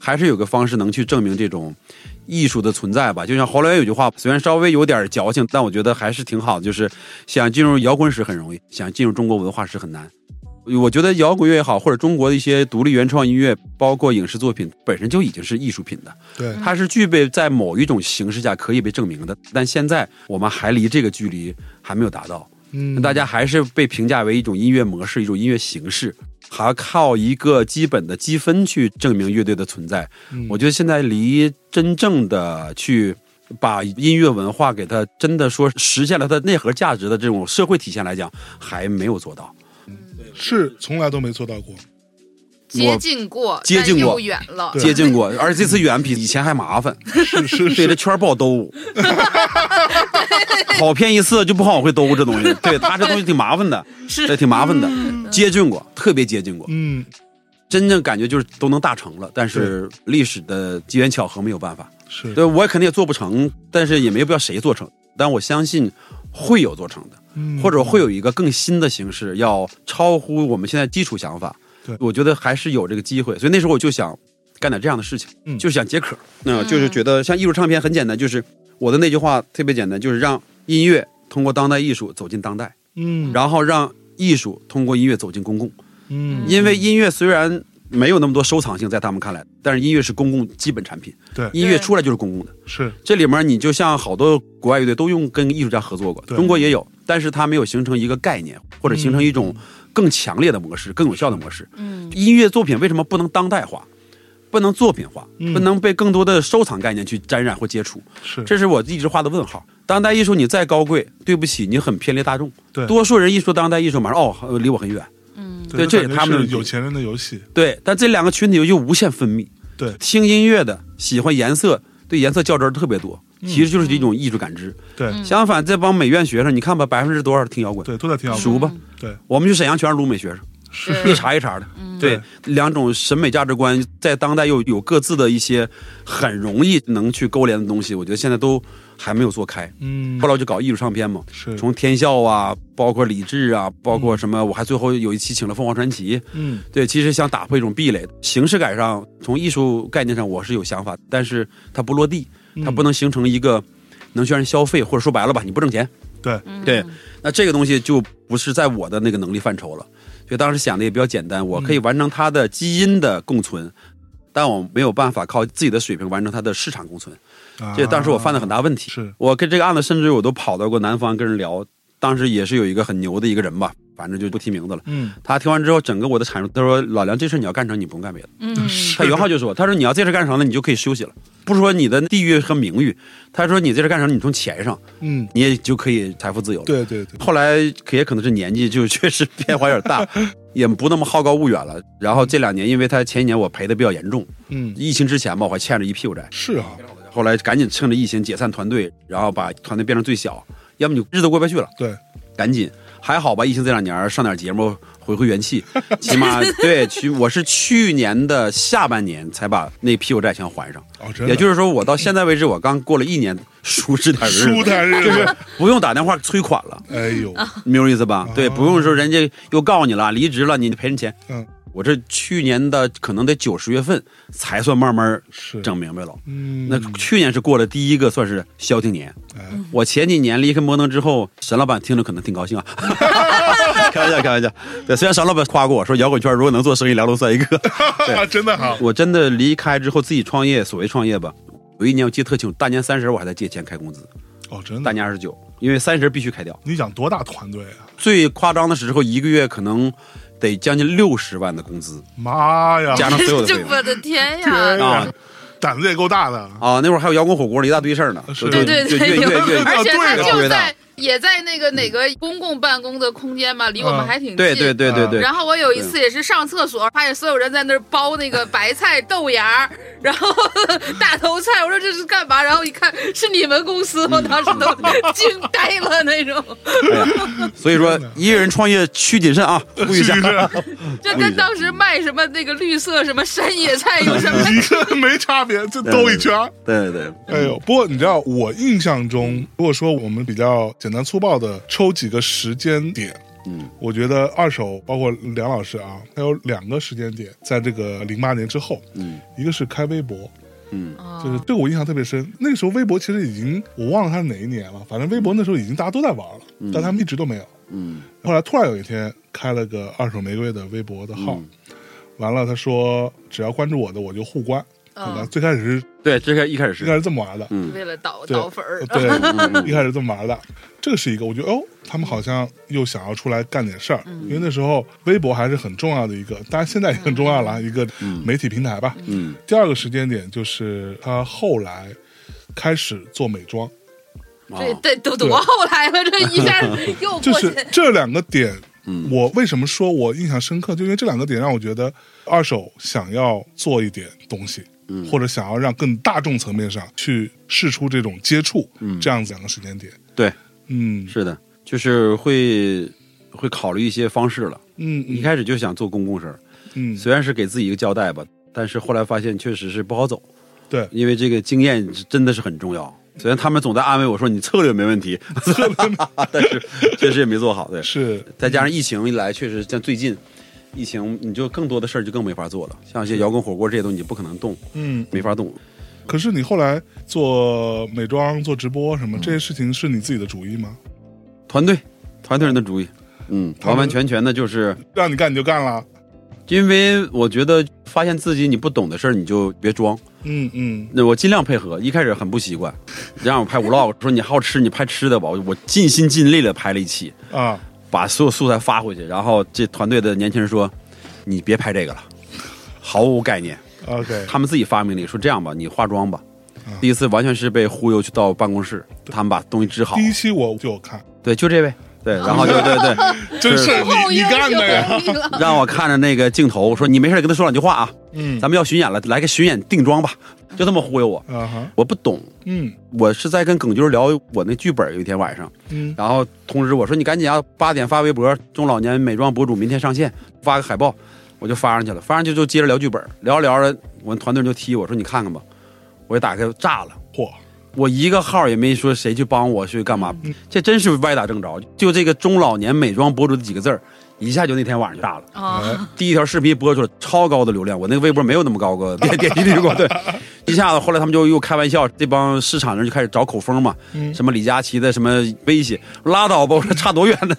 还是有个方式能去证明这种艺术的存在吧。就像侯来有句话，虽然稍微有点矫情，但我觉得还是挺好的。就是想进入摇滚史很容易，想进入中国文化史很难。我觉得摇滚乐也好，或者中国的一些独立原创音乐，包括影视作品，本身就已经是艺术品的，
对
它是具备在某一种形式下可以被证明的。但现在我们还离这个距离还没有达到。
嗯
大家还是被评价为一种音乐模式，一种音乐形式。还靠一个基本的积分去证明乐队的存在。
嗯
我觉得现在离真正的去把音乐文化给它真的说实现了它内核价值的这种社会体现来讲，还没有做到。
是从来都没做到过。
接近过，
接近过
但又远了。
对
接近过，而且这次远比以前还麻烦，
是是
对这
是，
圈儿不好兜，跑偏一次就不好往回兜这东西。对他这东西挺麻烦的，
是
这挺麻烦的，接近过，特别接近过，
嗯，
真正感觉就是都能大成了，但是历史的机缘巧合没有办法。
是，
对我肯定也做不成，但是也没必要谁做成，但我相信会有做成的。
嗯
或者会有一个更新的形式，要超乎我们现在基础想法。
对
我觉得还是有这个机会，所以那时候我就想干点这样的事情，
嗯
就是想解渴。那、
嗯
就是觉得像艺术唱片很简单，就是我的那句话特别简单，就是让音乐通过当代艺术走进当代，
嗯，
然后让艺术通过音乐走进公共。
嗯，
因为音乐虽然没有那么多收藏性，在他们看来，但是音乐是公共基本产品，
对
音乐
对
出来就是公共的。
是
这里面你就像好多国外乐队都用跟艺术家合作过，
对
中国也有，但是它没有形成一个概念，或者形成一种更强烈的模式、更有效的模式。
嗯，
音乐作品为什么不能当代化？不能作品化，
嗯
不能被更多的收藏概念去沾染或接触，
是，
这是我一直画的问号。当代艺术你再高贵，对不起，你很偏离大众。
对
多数人一说当代艺术，马上哦，呃离我很远。对这也
感觉
他们
是有钱人的游戏，
对，但这两个群体又无限分泌。
对
听音乐的喜欢颜色，对颜色较真儿特别多，
嗯
其实就是一种艺术感知。
对
相反，这帮美院学生，你看吧，百分之多少听摇滚，
嗯对，都在听摇滚，
数吧。
嗯对，
我们去沈阳全是鲁美学生，
是，
一茬一茬的。
对，
两种审美价值观在当代又有各自的一些很容易能去勾连的东西，我觉得现在都还没有做开。
嗯
后，来我就搞艺术唱片嘛，
是，
从天笑啊，包括李志啊，包括什么，我还最后有一期请了凤凰传奇。
嗯，
对，其实想打破一种壁垒，形式感上，从艺术概念上我是有想法，但是它不落地，
嗯
它不能形成一个能去让人消费，或者说白了吧，你不挣钱。
对，
嗯
对，那这个东西就不是在我的那个能力范畴了。所以当时想的也比较简单，我可以完成它的基因的共存，但我没有办法靠自己的水平完成它的市场共存。这当时我犯了很
大
大问题。
啊是，
我跟这个案子，甚至我都跑到过南方跟人聊，当时也是有一个很牛的一个人吧，反正就不提名字了。
嗯，
他听完之后，整个我的阐述，他说：“老梁，这事儿你要干成，你不用干别的。”
嗯，
他原话就说：“他说你要这事儿干成了，你就可以休息了，不是说你的地域和名誉，他说你这事儿干成，你从钱上，
嗯，
你也就可以财富自由了。”
对对对，
后来可也可能是年纪，就 确实变化有点大，也不那么好高骛远了。然后这两年，因为他前一年我赔的比较严重，
嗯，
疫情之前吧，我还欠着一屁股债。
是啊，
后来赶紧趁着疫情解散团队，然后把团队变成最小，要么你日子过不下去了，
对，
赶紧。还好吧，疫情这两年上点节目回回 元气，起码对去我是去年的下半年才把那屁股债全还上，
哦，真的，
也就是说我到现在为止，我刚过了一年舒适点日子，
舒坦日子，
不用打电话催款了。
哎呦，
你明白我意思吧？
啊
对，不用说人家又告你了，离职了，你赔人钱。
嗯，
我这去年的可能得九十月份才算慢慢
是
整明白了。
嗯，
那去年是过了第一个算是消停年。
哎
我前几年离开摩登之后，沈老板听着可能挺高兴啊，开玩笑，开玩笑。对，虽然沈老板夸过我说摇滚圈如果能做生意，梁龙算一个。
啊， 真的好，
我真的离开之后自己创业，所谓创业吧，有一年我记得特清，楚，大年三十我还在借钱开工资，
哦，真
大
的，
年二十九，因为三十必须开掉。
你养多大团队啊？
最夸张的时候，一个月可能得将近六十万的工资，
妈呀，
加上所有 啊的费
这
用
我的天
天
呀！
呀，胆子也够大的，
啊！那会儿还有摇滚火锅的一大堆事儿呢，
是
就
对对
就
对，
越
有
越越
而且他
越越
就
越大
在也在那个哪个公共办公的空间嘛，离我们
嗯
还挺近。
对对对对对，
然后我有一次也是上厕所，发现所有人在那儿剥那个白菜、豆芽儿， 然后大头菜，我说这是干嘛？然后一看是你们公司， 我当时都惊呆了那种，
所以说一个人创业需谨慎啊，呼吁一下
是。
这跟当时卖什么那个绿色什么山野菜有什么？
一 个没差别，就兜一圈儿。
对对对，
哎呦，不过你知道，我印象
嗯
中，如果说我们比较简单粗暴的抽几个时间点，
嗯，
我觉得二手包括梁老师啊，他有两个时间点，在这个零八年之后，
嗯
一个是开微博，
嗯，
就是这个我印象特别深。那个时候微博其实已经我忘了它是哪一年了，反正微博那时候已经大家都在玩了，但他们一直都没有。
嗯
后来突然有一天开了个二手玫瑰的微博的号，
嗯
完了他说只要关注我的我就互关，可能
嗯，
最开始是
对，这个一开始
应该
是，
是这么玩的，
嗯，
为了倒
对
倒粉 儿，
对，
嗯
一开始这么玩的。这是一个，我觉得哦，他们好像又想要出来干点事儿，因为那时候微博还是很重要的一个，当然现在也很重要了，一个媒体平台吧。
嗯
第二个时间点就是他后来开始做美妆，
啊
这这都
对
多后来了，这一下又
就
过去
是，这两个点，
嗯
我为什么说我印象深刻，就因为这两个点让我觉得二手想要做一点东西，
嗯
或者想要让更大众层面上去试出这种接触，
嗯
这样子两个时间点，
对，
嗯，
是的，就是会会考虑一些方式了。
嗯，
一开始就想做公共事儿，
嗯，
虽然是给自己一个交代吧，但是后来发现确实是不好走。
对
因为这个经验是真的是很重要。虽然他们总在安慰我说你策略没问题， 但是确实也没做好。对，
是
再加上疫情一来，确实像最近疫情，你就更多的事儿就更没法做了。像一些摇滚火锅这些东西，你不可能动，
嗯，
没法动。
可是你后来做美妆、做直播什么这些事情，是你自己的主意吗？
团队，团队人的主意，嗯，
他们
完完全全的就是
让你干你就干了，
因为我觉得发现自己你不懂的事儿，你就别装。
嗯嗯，
那我尽量配合，一开始很不习惯，让我拍 vlog，说你好吃，你拍吃的吧。我我尽心尽力的拍了一期，
啊，
把所有素材发回去，然后这团队的年轻人说：“你别拍这个了，毫无概念。
OK，”
他们自己发明了，说这样吧，你化妆吧。
啊
第一次完全是被忽悠去到办公室，他们把东西支好，
第一期我就有看，
对，就这位，对，然后就对对，
真是
后
你你
又
干的呀，
又了，
让我看着那个镜头，说你没事跟他说两句话啊，
嗯
咱们要巡演了，来个巡演定妆吧，就这么忽悠我，
啊哈，
我不懂，
嗯
我是在跟耿军聊我那剧本，有一天晚上，
嗯
然后通知我说你赶紧啊，八点发微博，中老年美妆博主明天上线，发个海报，我就发上去了，发上去就接着聊剧本，聊着聊着，我们团队人就踢我说你看看吧，我一打开炸了。
嚯，
我一个号也没说谁去帮我去干嘛，这真是歪打正着。就这个中老年美妆博主的几个字儿，一下就那天晚上就炸了。
哎
啊，
第一条视频播出来，超高的流量，我那个微博没有那么 高个点点击率过。对，一下子后来他们就又开玩笑，这帮市场人就开始找口风嘛，
嗯
什么李佳琦的什么威胁，拉倒吧，我说差多远 呢？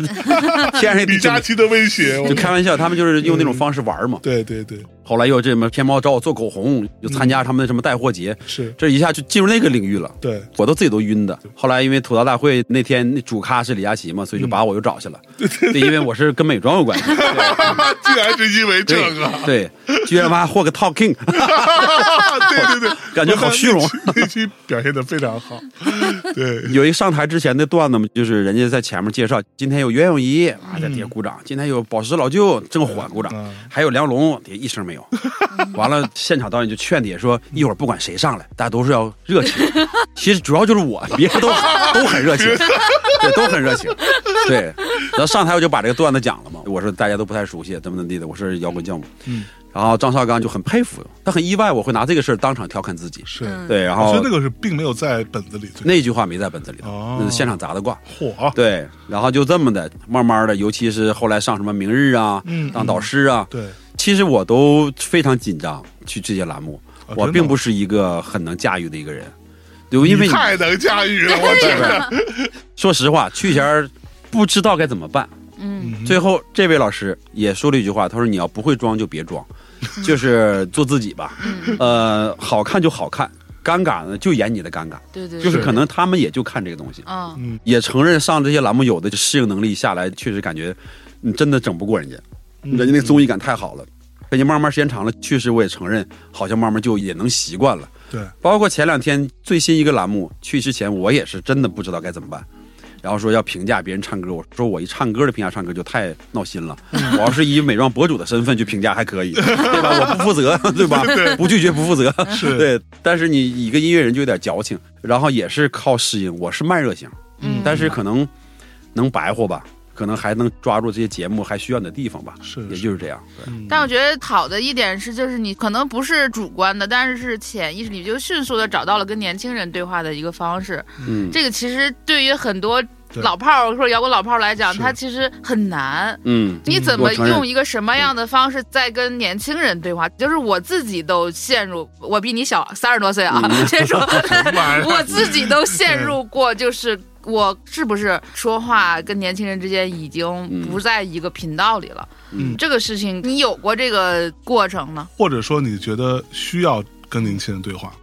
天上
李佳
就
琦嗯的威胁，我
就开玩笑，他们就是用那种方式玩嘛。
对对对，
后来又这么天猫找我做口红，就参加他们的什么带货节，
是，
这一下就进入那个领域了。
对，
我都自己都晕的。后来因为吐槽大会那天那主咖是李佳琦嘛，
嗯
所以就把我又找去了。对，因为我是跟美妆有关系。
竟然是因为这
对
个，
对，居然妈获个 top king，
啊对对对，
感觉好虚荣。嗯
那期表现的非常好，对，
有一上台之前的段子嘛，就是人家在前面介绍，今天有袁咏仪啊，在底下鼓掌；今天有宝石老舅正火鼓掌
嗯，
还有梁龙底下一声没 有。完了，现场导演就劝底下说，一会儿不管谁上来，大家都是要 热情。其实主要就是我，别人都都很热情，对，都很热情。对，然后上台我就把这个段子讲了嘛，我说大家都不太熟悉，怎么怎么地的，我是摇滚教母。
嗯，
然后张绍刚就很佩服，他很意外我会拿这个事儿当场调侃自己。
是，
对，然
我
后
觉得那个是并没有在本子里，
那句话没在本子里头，
哦
那是现场砸的挂。
火，啊
对，然后就这么的，慢慢的，尤其是后来上什么《明日》啊，
嗯
当导师啊，
对，
其实我都非常紧张去这些栏目，
啊
我
真的
并
吗
不是一个很能驾驭的一个人，对，因为
你太能驾驭了，我 天，
说实话，去前儿不知道该怎么办，
嗯，
最后这位老师也说了一句话，他说你要不会装就 别装，就是做自己吧，
嗯
呃，好看就好看，尴尬呢就演你的尴尬，
对对，
就是
对
可能他们也就看这个东西。
嗯，
也承认上这些栏目有的适应能力下来，确实感觉你真的整不过人家，
嗯
人家那综艺感太好了。人家慢慢时间长了，确实我也承认，好像慢慢就也能习惯了。
对，
包括前两天最新一个栏目去之前，我也是真的不知道该怎么办。然后说要评价别人唱歌，我说我一唱歌的评价唱歌就太闹 心了。我要是以美妆博主的身份去评价还可以，对吧？我不负责，对 吧？不拒绝不负责，
是
对。但是你一个音乐人就有点矫情，然后也是靠适应，我是慢热型，
嗯
但是可能能白活吧，可能还能抓住这些节目还需要你的地方吧，
是
也
是嗯
就是这样。对
但我觉得好的一点是，就是你可能不是主观的，但是是潜意识里就迅速的找到了跟年轻人对话的一个方式。
嗯
这个其实对于很多
对
老炮儿或者摇滚老炮儿来讲，
是
他其实很难。
嗯，
你怎
我
么
承认
用一个什么样的方式在跟年轻人对话？就是我自己都陷入，我比你小三十多岁啊，
嗯
先 说，
玩意 儿
我自己都陷入过，就是我是不是说话跟年轻人之间已经不在一个频道里了？
嗯
这个事情你有过这个过程吗？
或者说你觉得需要跟年轻人对话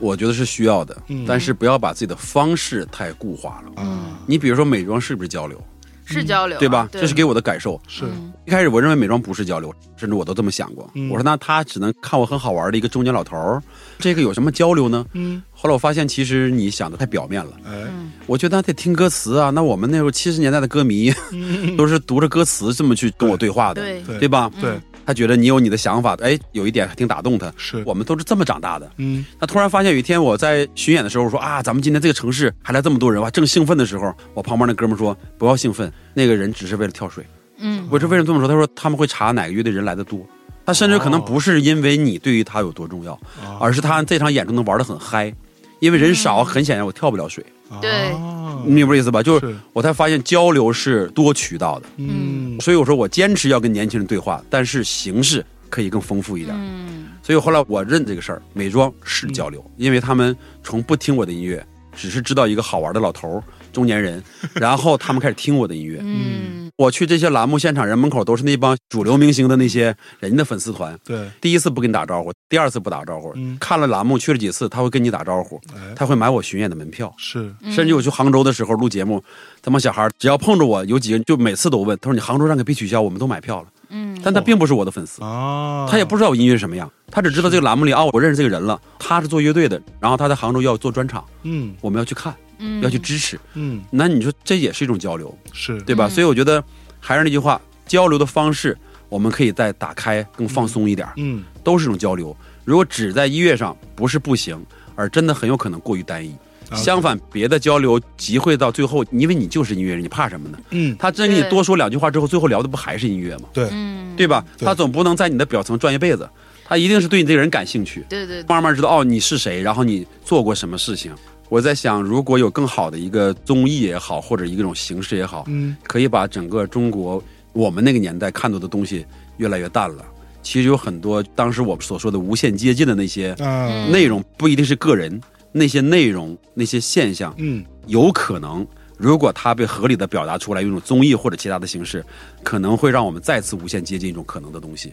我觉得是需要的
嗯，
但是不要把自己的方式太固化了。
嗯
啊，
你比如说美妆是不是交流，
是交流啊，
嗯对吧？
对
这是给我的感受。
是
嗯
一开始我认为美妆不是交流，甚至我都这么想过。
嗯
我说那他只能看我很好玩的一个中年老头儿，这个有什么交流呢？
嗯，
后来我发现其实你想的太表面了。
哎，
嗯
我觉得他得听歌词啊。那我们那时候七十年代的歌迷、 都是读着歌词这么去跟我对话的，
对
嗯对嗯
吧？
对，
他觉得你有你的想法，哎，有一点挺打动他。
是
我们都是这么长大的。
嗯
那突然发现有一天我在巡演的时候，我说啊，咱们今天这个城市还来这么多人，我还正兴奋的时候，我旁边那哥们说不要兴奋，那个人只是为了跳水。
嗯
我是为什么这么说？他说他们会查哪个乐队人来的多，他甚至可能不是因为你对于他有多重要，
哦
而是他这场演出能玩的很嗨，因为人
嗯
少，很显然我跳不了水，
对
啊
你明白我意思吧？就是
是
我才发现交流是多渠道的，
嗯
所以我说我坚持要跟年轻人对话，但是形式可以更丰富一点。
嗯
所以后来我认这个事儿，美妆是交流，因为他们从不听我的音乐，只是知道一个好玩的老头儿中年 人，然后他们开始听我的音乐。
嗯
我去这些栏目现场，人门口都是那帮主流明星的那些人家的粉丝团。
对，
第一次不跟你打招呼，第二次不打招呼，
嗯
看了栏目去了几次，他会跟你打招呼，
嗯
哎
他会买我巡演的门票。
是
嗯甚至我去杭州的时候录节目，他们小孩儿只要碰着我，有几个人就每次都问，他说你杭州站可必取消，我们都买票了。
嗯，
但他并不是我的粉丝，
啊，
他也不知道我音乐是什么样，他只知道这个栏目里啊，我认识这个人了，他是做乐队的，然后他在杭州要做专场，
嗯
我们要去看，
嗯
要去支持。
嗯
那你说这也是一种交流，
是
对吧？
嗯
所以我觉得还是那句话，交流的方式我们可以再打开，更放松一点，
嗯
都是一种交流。如果只在音乐上，不是不行，而真的很有可能过于单一。
啊
相反，别的交流集会到最后，因为你就是音乐人，你怕什么呢？
嗯
他真给你
对
多说两句话之后，最后聊的不还是音乐吗？
对
嗯
对吧？
对
他总不能在你的表层转一辈子，他一定是对你这个人感兴趣，
对对对
慢慢知道哦你是谁，然后你做过什么事情。我在想，如果有更好的一个综艺也好，或者一个种形式也好，
嗯
可以把整个中国我们那个年代看到的东西越来越淡了。其实有很多当时我们所说的无限接近的那些
嗯
啊
内容，不一定是个人，那些内容、那些现象，
嗯
有可能如果它被合理的表达出来，用一种综艺或者其他的形式，可能会让我们再次无限接近一种可能的东西。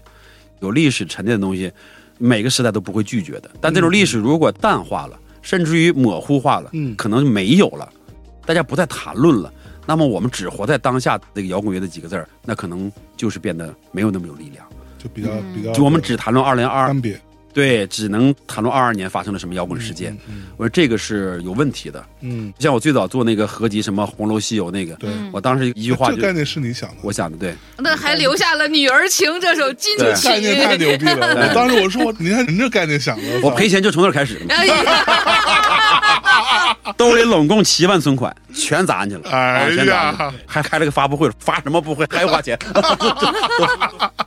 有历史沉淀的东西，每个时代都不会拒绝的。但这种历史如果淡化了，甚至于模糊化了，
嗯
可能没有了，大家不再谈论了。那么我们只活在当下这个摇滚乐的几个字儿，那可能就是变得没有那么有力量。
就比较
嗯
比较，
就我们只谈论二零二，
干瘪，
对，只能谈论二二年发生了什么摇滚事件。
嗯
我说这个是有问题的。
嗯
像我最早做那个合集，什么《红楼西游》那个，
对，
嗯
我当时一句话
这
就
概念是你想的，
我想的对，
那还留下了《女儿情》这首金曲
对。
概念太牛逼 了！我当时我说，你看人这概念想的，
我赔钱就从那儿开始，
哎呀
兜里拢共七万存款全砸进去了，
啊哎呀
啊全砸进去了还开了个发布会，发什么不会还花钱，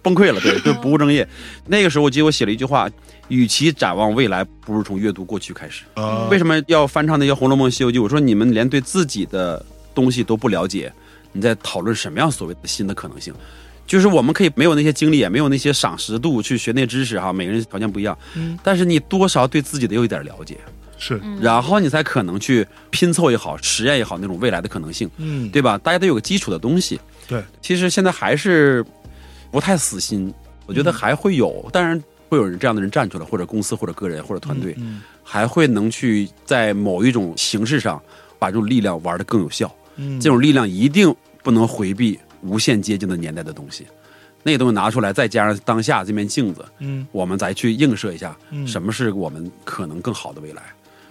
崩溃了，
嗯
对，就不务正业。那个时候我记得我写了一句话，与其展望未来，不如从阅读过去开始。
啊
为什么要翻唱那些《红楼梦》《西游记》？我说你们连对自己的东西都不了解，你在讨论什么样所谓的新的可能性？就是我们可以没有那些经历，也没有那些赏识度去学那知识哈，每个人条件不一样，
嗯
但是你多少对自己得有一点了解，
是
然后你才可能去拼凑也好，实验也好那种未来的可能性，
嗯
对吧？大家都有个基础的东西。
对，
其实现在还是不太死心，我
嗯
觉得还会有，当然会有人这样的人站出来，或者公司，或者个人，或者团队，
嗯
还会能去在某一种形式上把这种力量玩得更有效。
嗯
这种力量一定不能回避无限接近的年代的东西，那个东西拿出来，再加上当下这面镜子，
嗯
我们再去映射一下
嗯
什么是我们可能更好的未来，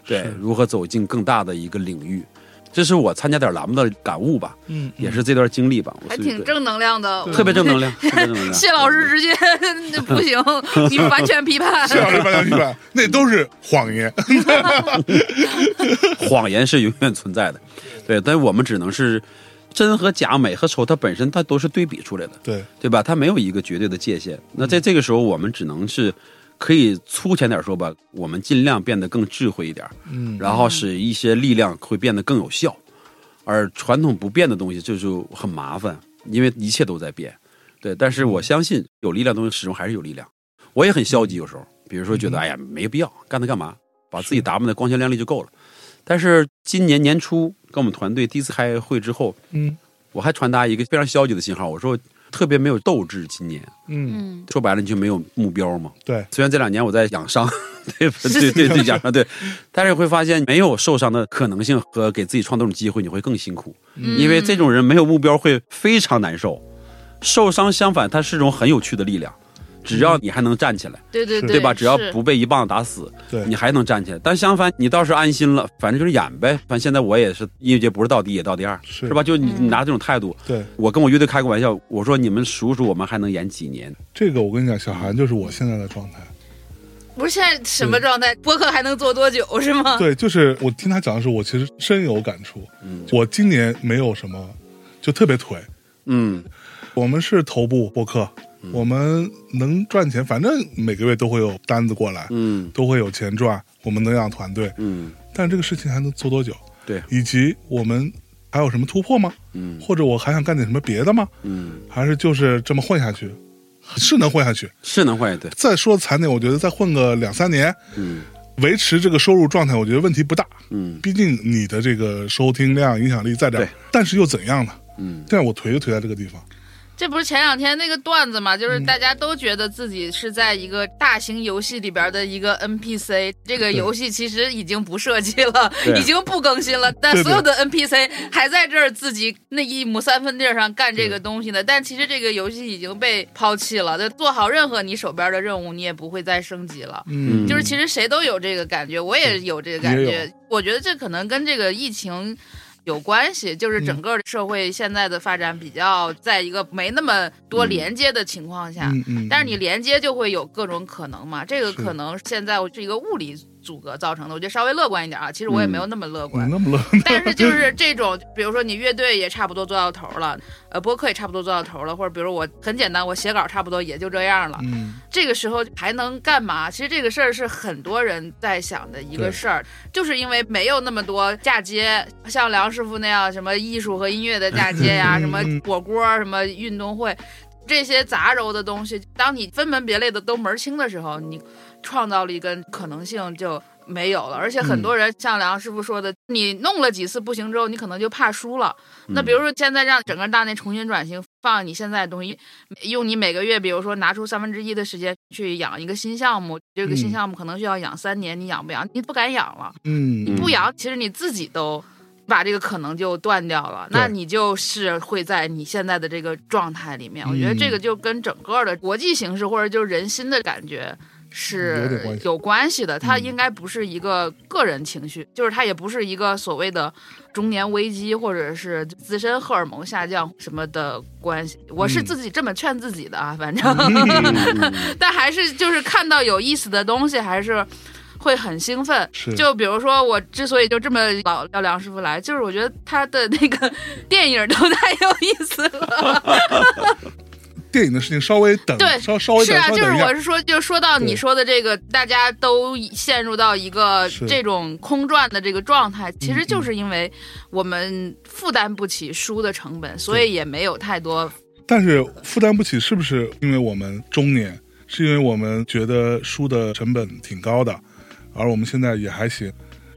对
是，
如何走进更大的一个领域。这是我参加点栏目的感悟吧，
嗯
也是这段经历吧，我
还
自己
挺
对
正能量的，
特别正 能量，特别正能量。
谢老师直接 不 行，你完全批判。
谢老师半天批判，那都是谎言。
谎言是永远存在的，对，但我们只能是真和假、美和丑，它本身它都是对比出来的，
对，
对吧？它没有一个绝对的界限。那
嗯
在这个时候，我们只能是可以粗浅点说吧，我们尽量变得更智慧一点，
嗯
然后使一些力量会变得更有效。而传统不变的东西，这就很麻烦，因为一切都在变。对，但是我相信有力量的东西始终还是有力量。我也很消极，有时候，比如说觉得
嗯
哎呀没必要干它干嘛，把自己打扮的光鲜亮丽就够了。但是今年年初跟我们团队第一次开会之后，
嗯
我还传达一个非常消极的信号，我说特别没有斗志，今年
嗯
嗯
说白了你就没有目标嘛。
对，
虽然这两年我在养伤， 对对对对讲上对，但是会发现没有受伤的可能性和给自己创造这种机会，你会更辛苦，
嗯
因为这种人没有目标会非常难受。受伤相反，它是种很有趣的力量，只要你还能站起来，
对对
是
嗯对
吧？只要
是
不被一棒打死，
对
你还能站起来。但相反，你倒是安心了，反正就是演呗。反正现在我也是音乐节不是到第一也到第二，
是
是吧？就你
嗯
你拿这种态度，
对，
我跟我乐队开过玩笑，我说你们数数我们还能演几年？
这个我跟你讲，小韩就是我现在的状态。
不是现在什么
嗯
状态？播客还能做多久是吗？
对，就是我听他讲的时候，我其实深有感触。
嗯
我今年没有什么，就特别颓。
嗯，
我们是头部播客，我们能赚钱，反正每个月都会有单子过来，
嗯
都会有钱赚，我们能养团队。
嗯，
但这个事情还能做多久？
对，
以及我们还有什么突破吗？
嗯
或者我还想干点什么别的吗？
嗯，
还是就是这么混下去？是能混下去。
是能坏对，
再说惨点，我觉得再混个两三年，
嗯
维持这个收入状态，我觉得问题不大。
嗯
毕竟你的这个收听量、影响力在这儿
对，
但是又怎样呢？
嗯
现在我颓就颓在这个地方。
这不是前两天那个段子嘛，就是大家都觉得自己是在一个大型游戏里边的一个 NPC，这个游戏其实已经不设计了，
对
已经不更新了，但
对对
所有的 NPC 还在这儿自己那一亩三分地儿上干这个东西呢。但其实这个游戏已经被抛弃了，就做好任何你手边的任务，你也不会再升级了。
嗯
就是其实谁都有这个感觉，我也有这个感
你也
觉。我觉得这可能跟这个疫情有关系，就是
嗯
整个社会现在的发展比较在一个没那么多连接的情况下，
嗯嗯，
啊但是你连接就会有各种可能嘛。这个
是
可能现在是一个物理阻隔造成的，我觉得稍微乐观一点啊。其实我也没有那么乐观，
嗯那么 冷，
但是就是 这种，比如说你乐队也差不多做到头了，呃，播客也差不多做到头了，或者比如我很简单，我写稿差不多也就这样了。
嗯，
这个时候还能干嘛？其实这个事儿是很多人在想的一个事儿，就是因为没有那么多嫁接，像梁师傅那样什么艺术和音乐的嫁接呀、
嗯
什么火锅、什么运动会，这些杂糅的东西，当你分门别类的都门儿清的时候，你创造力跟可能性就。没有了，而且很多人像梁师傅说的，你弄了几次不行之后，你可能就怕输了。那比如
嗯
说现在让整个大内重新转型，放你现在的东西，用你每个月，比如说拿出三分之一的时间去养一个新项目，这个新
嗯
项目可能需要养三年，你养不养？你不敢养了，
嗯，
不养，其实你自己都把这个可能就断掉了，那
对
你就是会在你现在的这个状态里面。我觉得
嗯
这个就跟整个的国际形势或者就是人心的感觉。
有点关
是
系
有关系的，它
嗯
应该不是一个个人情绪，就是它也不是一个所谓的中年危机或者是自身荷尔蒙下降什么的关系。我是
嗯
自己这么劝自己的啊，反正
嗯
但还是就是看到有意思的东西，还是会很兴奋。
是
就比如说我之所以就这么老叫梁师傅来，就是我觉得他的那个电影都太有意思
哦
了。
电影的事情稍微等，
对
稍稍微
是
等，
啊，
稍微
就是
等一
我
下。
是说，就说到你
对
说的这个，大家都陷入到一个
是
这种空转的这个状态，其实
嗯
就是因为我们负担不起书的成本，所以也没有太多。
但是负担不起，是不是因为我们中年？是因为我们觉得书的成本挺高的，而我们现在也还行。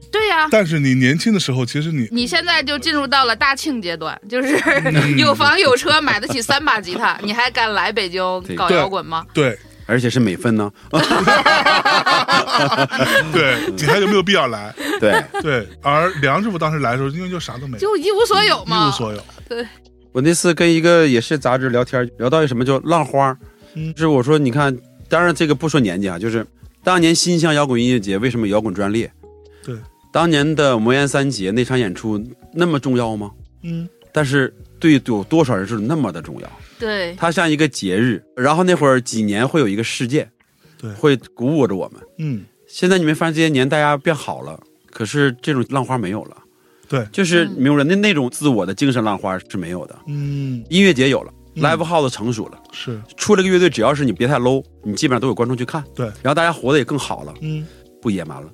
对呀、
但是你年轻的时候，其实你
你现在就进入到了大庆阶段，就是
嗯
有房有车，买得起三把吉他，你还敢来北京搞摇滚吗？
对
而且是美 分呢，
对，你还有没有必要来？
对。
对，而梁师傅当时来的时候，因为就啥都没有，
就一无所有
一
嘛
无。所有。
我那次跟一个也是杂志聊天，聊到一什么叫浪花，
嗯
就是我说你看，当然这个不说年纪啊，就是当年新乡摇滚音乐节为什么有摇滚专列？
对，
当年的魔岩三杰那场演出那么重要吗？
嗯，
但是对有多少人是那么的重要？
对，
它像一个节日，然后那会儿几年会有一个事件，
对
会鼓舞着我们。
嗯，
现在你没发现这些年大家变好了，可是这种浪花没有了。
对
就是没有人的那种自我的精神浪花是没有的。
嗯，
音乐节有了
嗯
，live house 成熟了，
是，
出了个乐队，只要是你别太 low，你基本上都有观众去看。
对
然后大家活得也更好了，
嗯，
不野蛮了，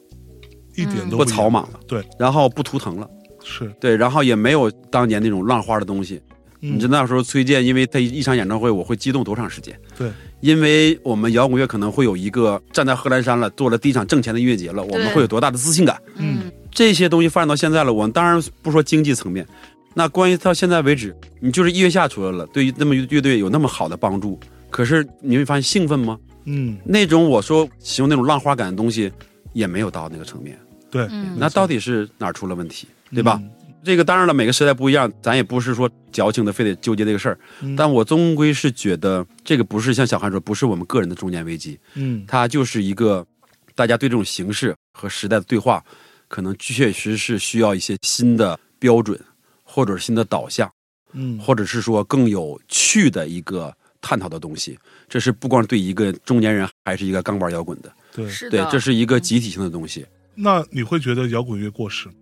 一点都
不
一样
草莽了，
对，
然后不图腾了，
是，
对，然后也没有当年那种浪花的东西。
嗯
你知道那时候崔健，因为他一场演唱会，我会激动多长时间？
对，
因为我们摇滚乐可能会有一个站在贺兰山了，做了第一场挣钱的音乐节了，我们
对
会有多大的自信感？
嗯
这些东西发展到现在了，我们当然不说经济层面，那关于到现在为止，你就是一月下出来了，对于那么乐队有那么好的帮助，可是你会发现兴奋吗？
嗯，
那种我说形容那种浪花感的东西，也没有到那个层面。
对，
嗯
那到底是哪儿出了问题，
嗯
对吧？这个当然了，每个时代不一样，咱也不是说矫情的，非得纠结这个事儿。
嗯？
但我终归是觉得，这个不是像小汉说，不是我们个人的中年危机，
嗯，
它就是一个大家对这种形式和时代的对话，可能确实是需要一些新的标准，或者是新的导向，
嗯，
或者是说更有趣的一个探讨的东西。这是不光对一个中年人，还是一个刚玩摇滚的，
对。
是
对
的，，
这是一个集体性的东西。
那你会觉得摇滚乐过时吗？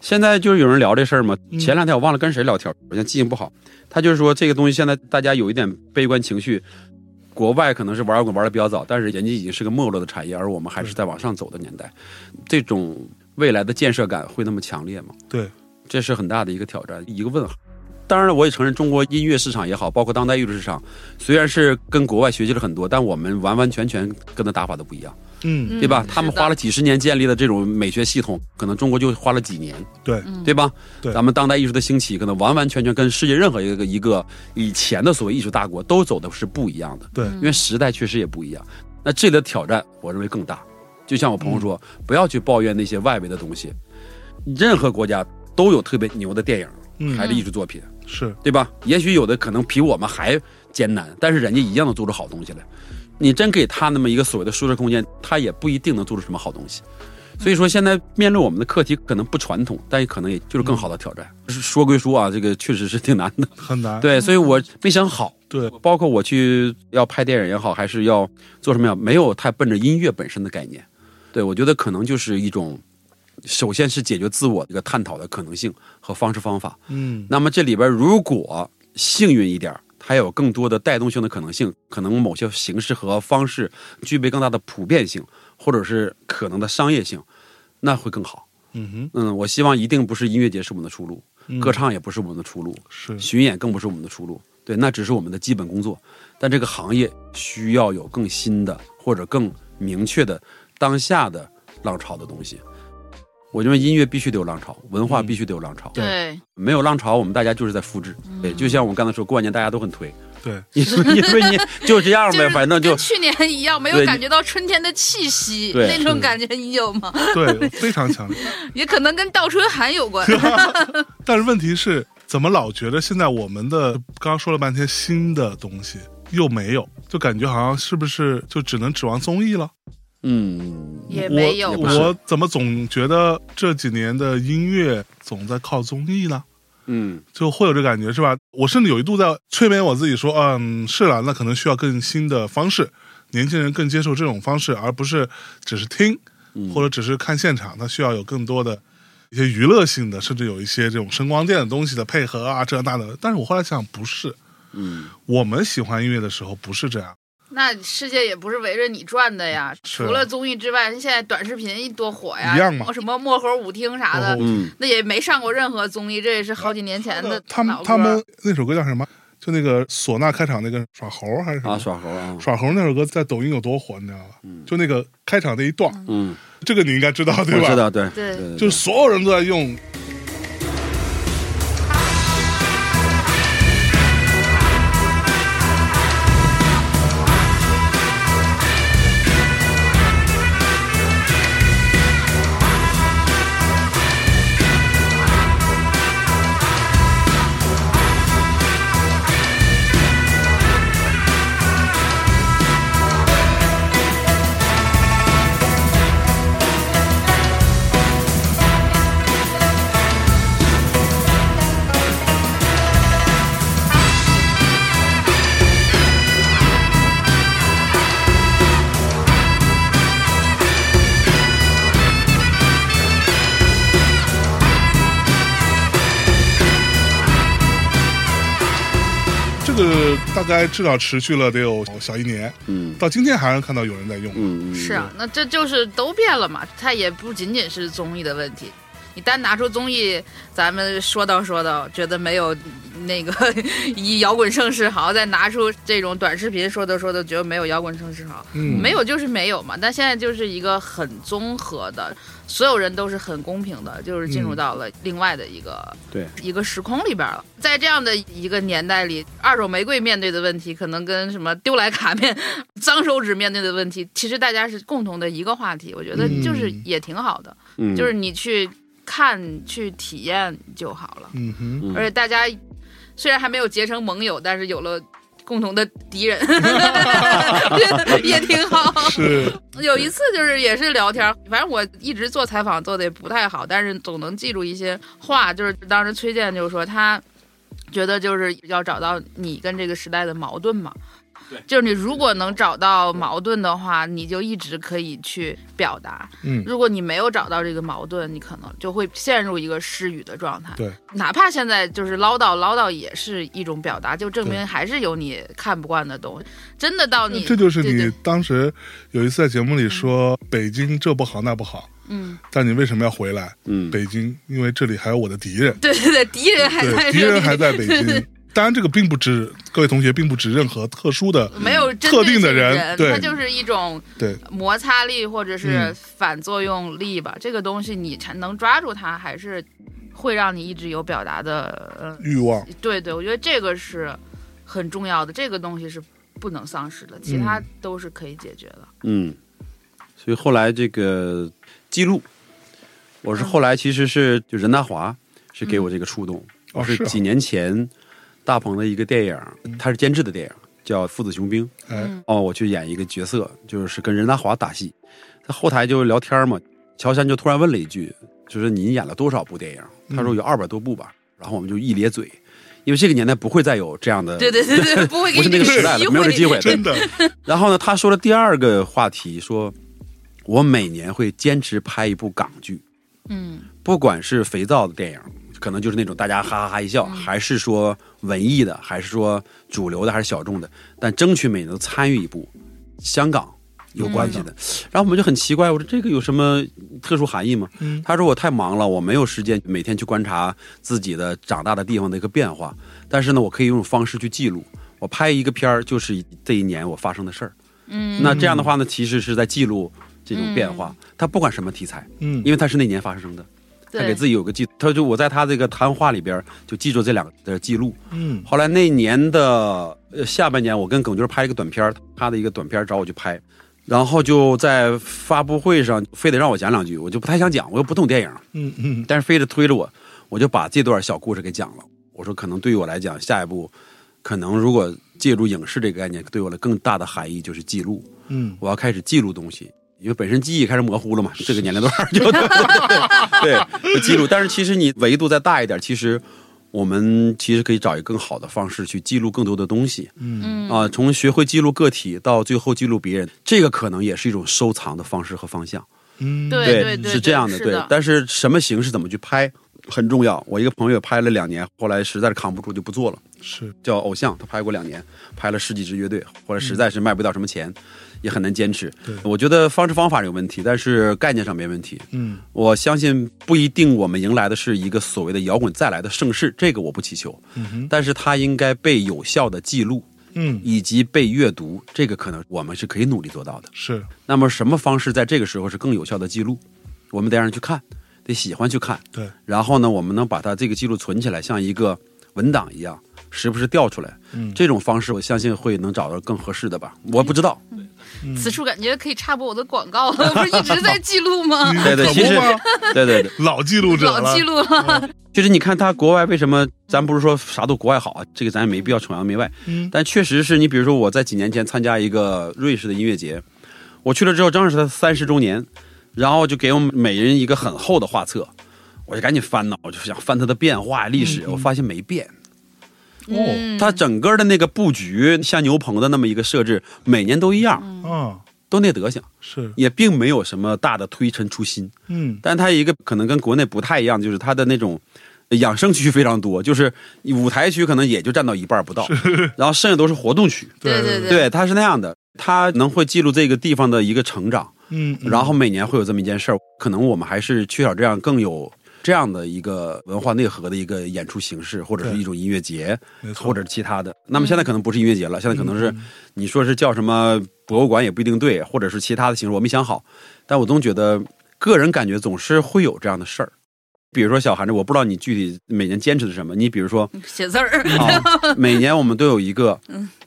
现在就是有人聊这事儿嘛，
嗯
前两天我忘了跟谁聊天，我现在记性不好。他就是说这个东西现在大家有一点悲观情绪，国外可能是玩摇滚玩的比较早，但是人家已经是个没落的产业，而我们还是在往上走的年代，这种未来的建设感会那么强烈吗？
对，
这是很大的一个挑战，一个问号。当然了，我也承认中国音乐市场也好，包括当代艺术市场，虽然是跟国外学习了很多，但我们完完全全跟他打法都不一样，
嗯，
嗯
对吧？他们花了，
是
几十年建立的这种美学系统，可能中国就花了几年。
对，
的嗯
对吧？
对
咱们当代艺术的兴起，可能完完全全跟世界任何一个一个以前的所谓艺术大国都走的是不一样的，
对
嗯
因为时代确实也不一样。那这里的挑战，我认为更大。就像我朋友说，不要去抱怨那些外围的东西，任何国家都有特别牛的电影还
嗯，
是艺术作品，
是，
对吧？也许有的可能比我们还艰难，但是人家一样能做出好东西来。你真给他那么一个所谓的舒适空间，他也不一定能做出什么好东西。所以说，现在面对我们的课题可能不传统，但也可能也就是更好的挑战。是说归说啊，这个确实是挺难的。
很难。
对，所以我没想好，
对，
包括我去要拍电影也好，还是要做什么呀，没有太奔着音乐本身的概念。对我觉得可能就是一种，首先是解决自我这个探讨的可能性和方式方法。
嗯，
那么这里边如果幸运一点儿，它有更多的带动性的可能性，可能某些形式和方式具备更大的普遍性，或者是可能的商业性，那会更好。
嗯
嗯，我希望一定不是音乐节是我们的出路，
哼，
歌唱也不是我们的出路，
是，
巡演更不是我们的出路。对，那只是我们的基本工作，但这个行业需要有更新的或者更明确的当下的浪潮的东西。我认为音乐必须得有浪潮，文化
嗯
必须得有浪潮。
对，
没有浪潮，我们大家就是在复制。
嗯
对，就像我刚才说，过完年大家都很 推，
对，
因为因 为你就这样
就
呗，
是
反正就
跟去年一样，没
对
有
你
感觉到春天的气息，
对
那种
是
感觉你有吗？
对，非常 强烈。
也可能跟倒春寒有关。
但是问题是，怎么老觉得现在我们的刚刚说了半天新的东西又没有，就感觉好像是不是就只能指望综艺了？
嗯，
也
我
没有吧
我怎么总觉得这几年的音乐总在靠综艺呢？
嗯，
就会有这感觉是吧？我甚至有一度在催眠我自己说，嗯，是了，那可能需要更新的方式，年轻人更接受这种方式，而不是只是听
嗯
或者只是看现场，它需要有更多的一些娱乐性的，甚至有一些这种声光电的东西的配合啊，这那的。但是我后来想，不是，
嗯，
我们喜欢音乐的时候不是这样，
那世界也不是围着你转的呀，
是
除了综艺之外，现在短视频一多火呀，
一样嘛哦
什么漠河舞厅啥的，
漠河舞
嗯
那也没上过任何综艺，这也是好几年前的
他们
老歌
他们那首歌叫什么？就那个唢呐开场那个耍猴还是什么？
啊，耍猴啊，
耍猴那首歌在抖音有多火，你知道吧？就那个开场那一段儿，
嗯，
这个你应该知道对
我
吧？
知道，对
对
对，
就是所有人都在用。这个大概至少持续了得有小一年，
嗯
到今天还能看到有人在用。
嗯嗯，
是啊，那这就是都变了嘛，它也不仅仅是综艺的问题。你单拿出综艺，咱们说道说道，觉得没有那个 以摇滚盛世好，再拿出这种短视频说道说道，觉得没有摇滚盛世好。
嗯，
没有就是没有嘛，但现在就是一个很综合的，所有人都是很公平的，就是进入
嗯
到了另外的一个、
嗯对
一个时空里边了。在这样的一个年代里，二手玫瑰面对的问题，可能跟什么丢莱卡面、脏手指面对的问题，其实大家是共同的一个话题。我觉得
嗯
就是也挺好的，
嗯，
就是你去看、去体验就好了。
嗯哼，
嗯
而且大家虽然还没有结成盟友，但是有了共同的 敌人，也挺好。
是，
有一次就是也是聊天儿，反正我一直做采访做的也不太好，但是总能记住一些话。就是当时崔健就说他觉得就是要找到你跟这个时代的矛盾嘛。就是你如果能找到矛盾的话，你就一直可以去表达；
嗯，
如果你没有找到这个矛盾，你可能就会陷入一个失语的状态。
对，
哪怕现在就是唠叨唠叨也是一种表达，就证
对
明还是有你看不惯的东西。真的到你
这就是
对
你
对
当时有一次在节目里说北京这不好那不好，
嗯，
但你为什么要回来？
嗯，
北京，因为这里还有我的敌人，
对对对，敌人还
对，
在这
敌
里，
人还在北京。当然，这个并不指各位同学，并不指任何特殊的，
没
嗯
有针
特
对
定的
性
人
人，
对
它就是一种
对，
摩擦力或者是
嗯
反作用力吧。这个东西你才能抓住它，还是会让你一直有表达的。嗯，
欲望，
对对，我觉得这个是很重要的，这个东西是不能丧失的，其
嗯
他都是可以解决的。
嗯，所以后来这个记录，我是后来其实是就任达华是给我这个触动，
哦
我
是啊
几年前大鹏的一个电影，他是监制的电影叫《父子雄兵》，
哎，
哦，我去演一个角色，就是跟任达华打戏，在后台就聊天嘛，乔杉就突然问了一句，就是你演了多少部电影？他说有二百多部吧，然后我们就一咧嘴。因为这个年代不会再有这样的
对对对对，不会给
不
你
是那个
这
时代
机
了，没有这机会。
啊真的，
然后呢，他说了第二个话题，说我每年会坚持拍一部港剧，
嗯
不管是肥皂的电影，可能就是那种大家哈哈哈一笑，还是说文艺的，还是说主流的，还是小众的，但争取每年都参与一部香港有关系的。然后我们就很奇怪，我说这个有什么特殊含义吗？
嗯
他说我太忙了，我没有时间每天去观察自己的长大的地方的一个变化，但是呢，我可以用方式去记录。我拍一个片儿，就是这一年我发生的事儿。
嗯，
那这样的话呢，其实是在记录这种变化。他不管什么题材，
嗯
因为他是那年发生的，他
对
给自己有个记。他就我在他这个谈话里边儿就记住这两个的记录。
嗯
后来那年的呃下半年，我跟耿军拍一个短片儿，他的一个短片儿找我去拍，然后就在发布会上非得让我讲两句，我就不太想讲，我又不懂电影，
嗯嗯
但是非得推着我，我就把这段小故事给讲了。我说，可能对于我来讲，下一步可能如果借助影视这个概念，对我的更大的含义就是记录。
嗯，
我要开始记录东西，因为本身记忆开始模糊了嘛，这个年龄段儿就 对就记录。但是其实你维度再大一点，其实我们其实可以找一个更好的方式去记录更多的东西。嗯啊、从学会记录个体到最后记录别人，这个可能也是一种收藏的方式和方向。
嗯
对对对，
是这样的，
是
对。但是什么形式怎么去拍很重要。我一个朋友也拍了两年，后来实在是扛不住就不做了。
是，
叫偶像，他拍过两年，拍了十几支乐队，后来实在是卖不掉什么钱，也很难坚持
对。
我觉得方式方法有问题，但是概念上没问题。
嗯
我相信不一定我们迎来的是一个所谓的摇滚再来的盛世，这个我不祈求，
嗯哼，
但是它应该被有效的记录
嗯
以及被阅读，这个可能我们是可以努力做到的。
是，
那么什么方式在这个时候是更有效的记录？我们得让人去看，得喜欢去看，
对，
然后呢，我们能把它这个记录存起来，像一个文档一样，时不时调出来。
嗯
这种方式我相信会能找到更合适的吧？我不知道。
嗯
此处感觉可以插播我的广告了，不是一直在记录 吗
你？
对 对
可
其
不
实
嘛
对对对，
老记录者
老
了
记，录了，
就是你看他国外为什么，咱不是说啥都国外好啊，这个咱也没必要崇洋媚外。
嗯
但确实是你，比如说我在几年前参加一个瑞士的音乐节，我去了之后正好是他三十周年，然后就给我们每人一个很厚的画册，我就赶紧翻呐，我就想翻它的变化历史，我发现没变。
哦
它整个的那个布局，像牛棚的那么一个设置，每年都一样，
啊
都那德行，
是，
也并没有什么大的推陈出新。
嗯
但它一个可能跟国内不太一样，就是它的那种养生区非常多，就是舞台区可能也就占到一半不到，然后剩下都是活动区。
对
对
对
对，它是那样的，它能会记录这个地方的一个成长，
嗯，
然后每年会有这么一件事儿，可能我们还是缺少这样更有这样的一个文化内核的一个演出形式，或者是
对
一种音乐节，
没错
或者是其他的。那么现在可能不是音乐节了，现在可能是
嗯
你说是叫什么博物馆也不一定对，或者是其他的形式，我没想好。但我总觉得个人感觉总是会有这样的事儿。比如说小韩这，我不知道你具体每年坚持的是什么。你比如说
写字儿，
嗯
啊，每年我们都有一个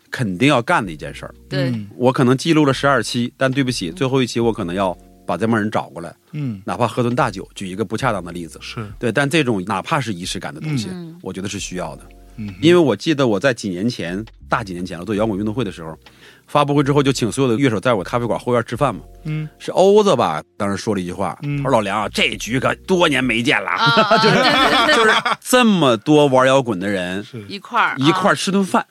肯定要干的一件事儿。
对，
嗯
我可能记录了十二期，但对不起，最后一期我可能要把这帮人找过来，
嗯
哪怕喝顿大酒。举一个不恰当的例子，
是
对，但这种哪怕是仪式感的东西，
嗯
我觉得是需要的。
嗯
因为我记得我在几年前，大几年前了，做摇滚运动会的时候，发布会之后就请所有的乐手在我咖啡馆后院吃饭嘛。
嗯
是欧子吧？当时说了一句话，
嗯
他说：“老梁啊，这局可多年没 见了，
啊啊，对对对，
就是这么多玩摇滚的人
是
一块儿啊
一块
儿，
儿吃顿饭，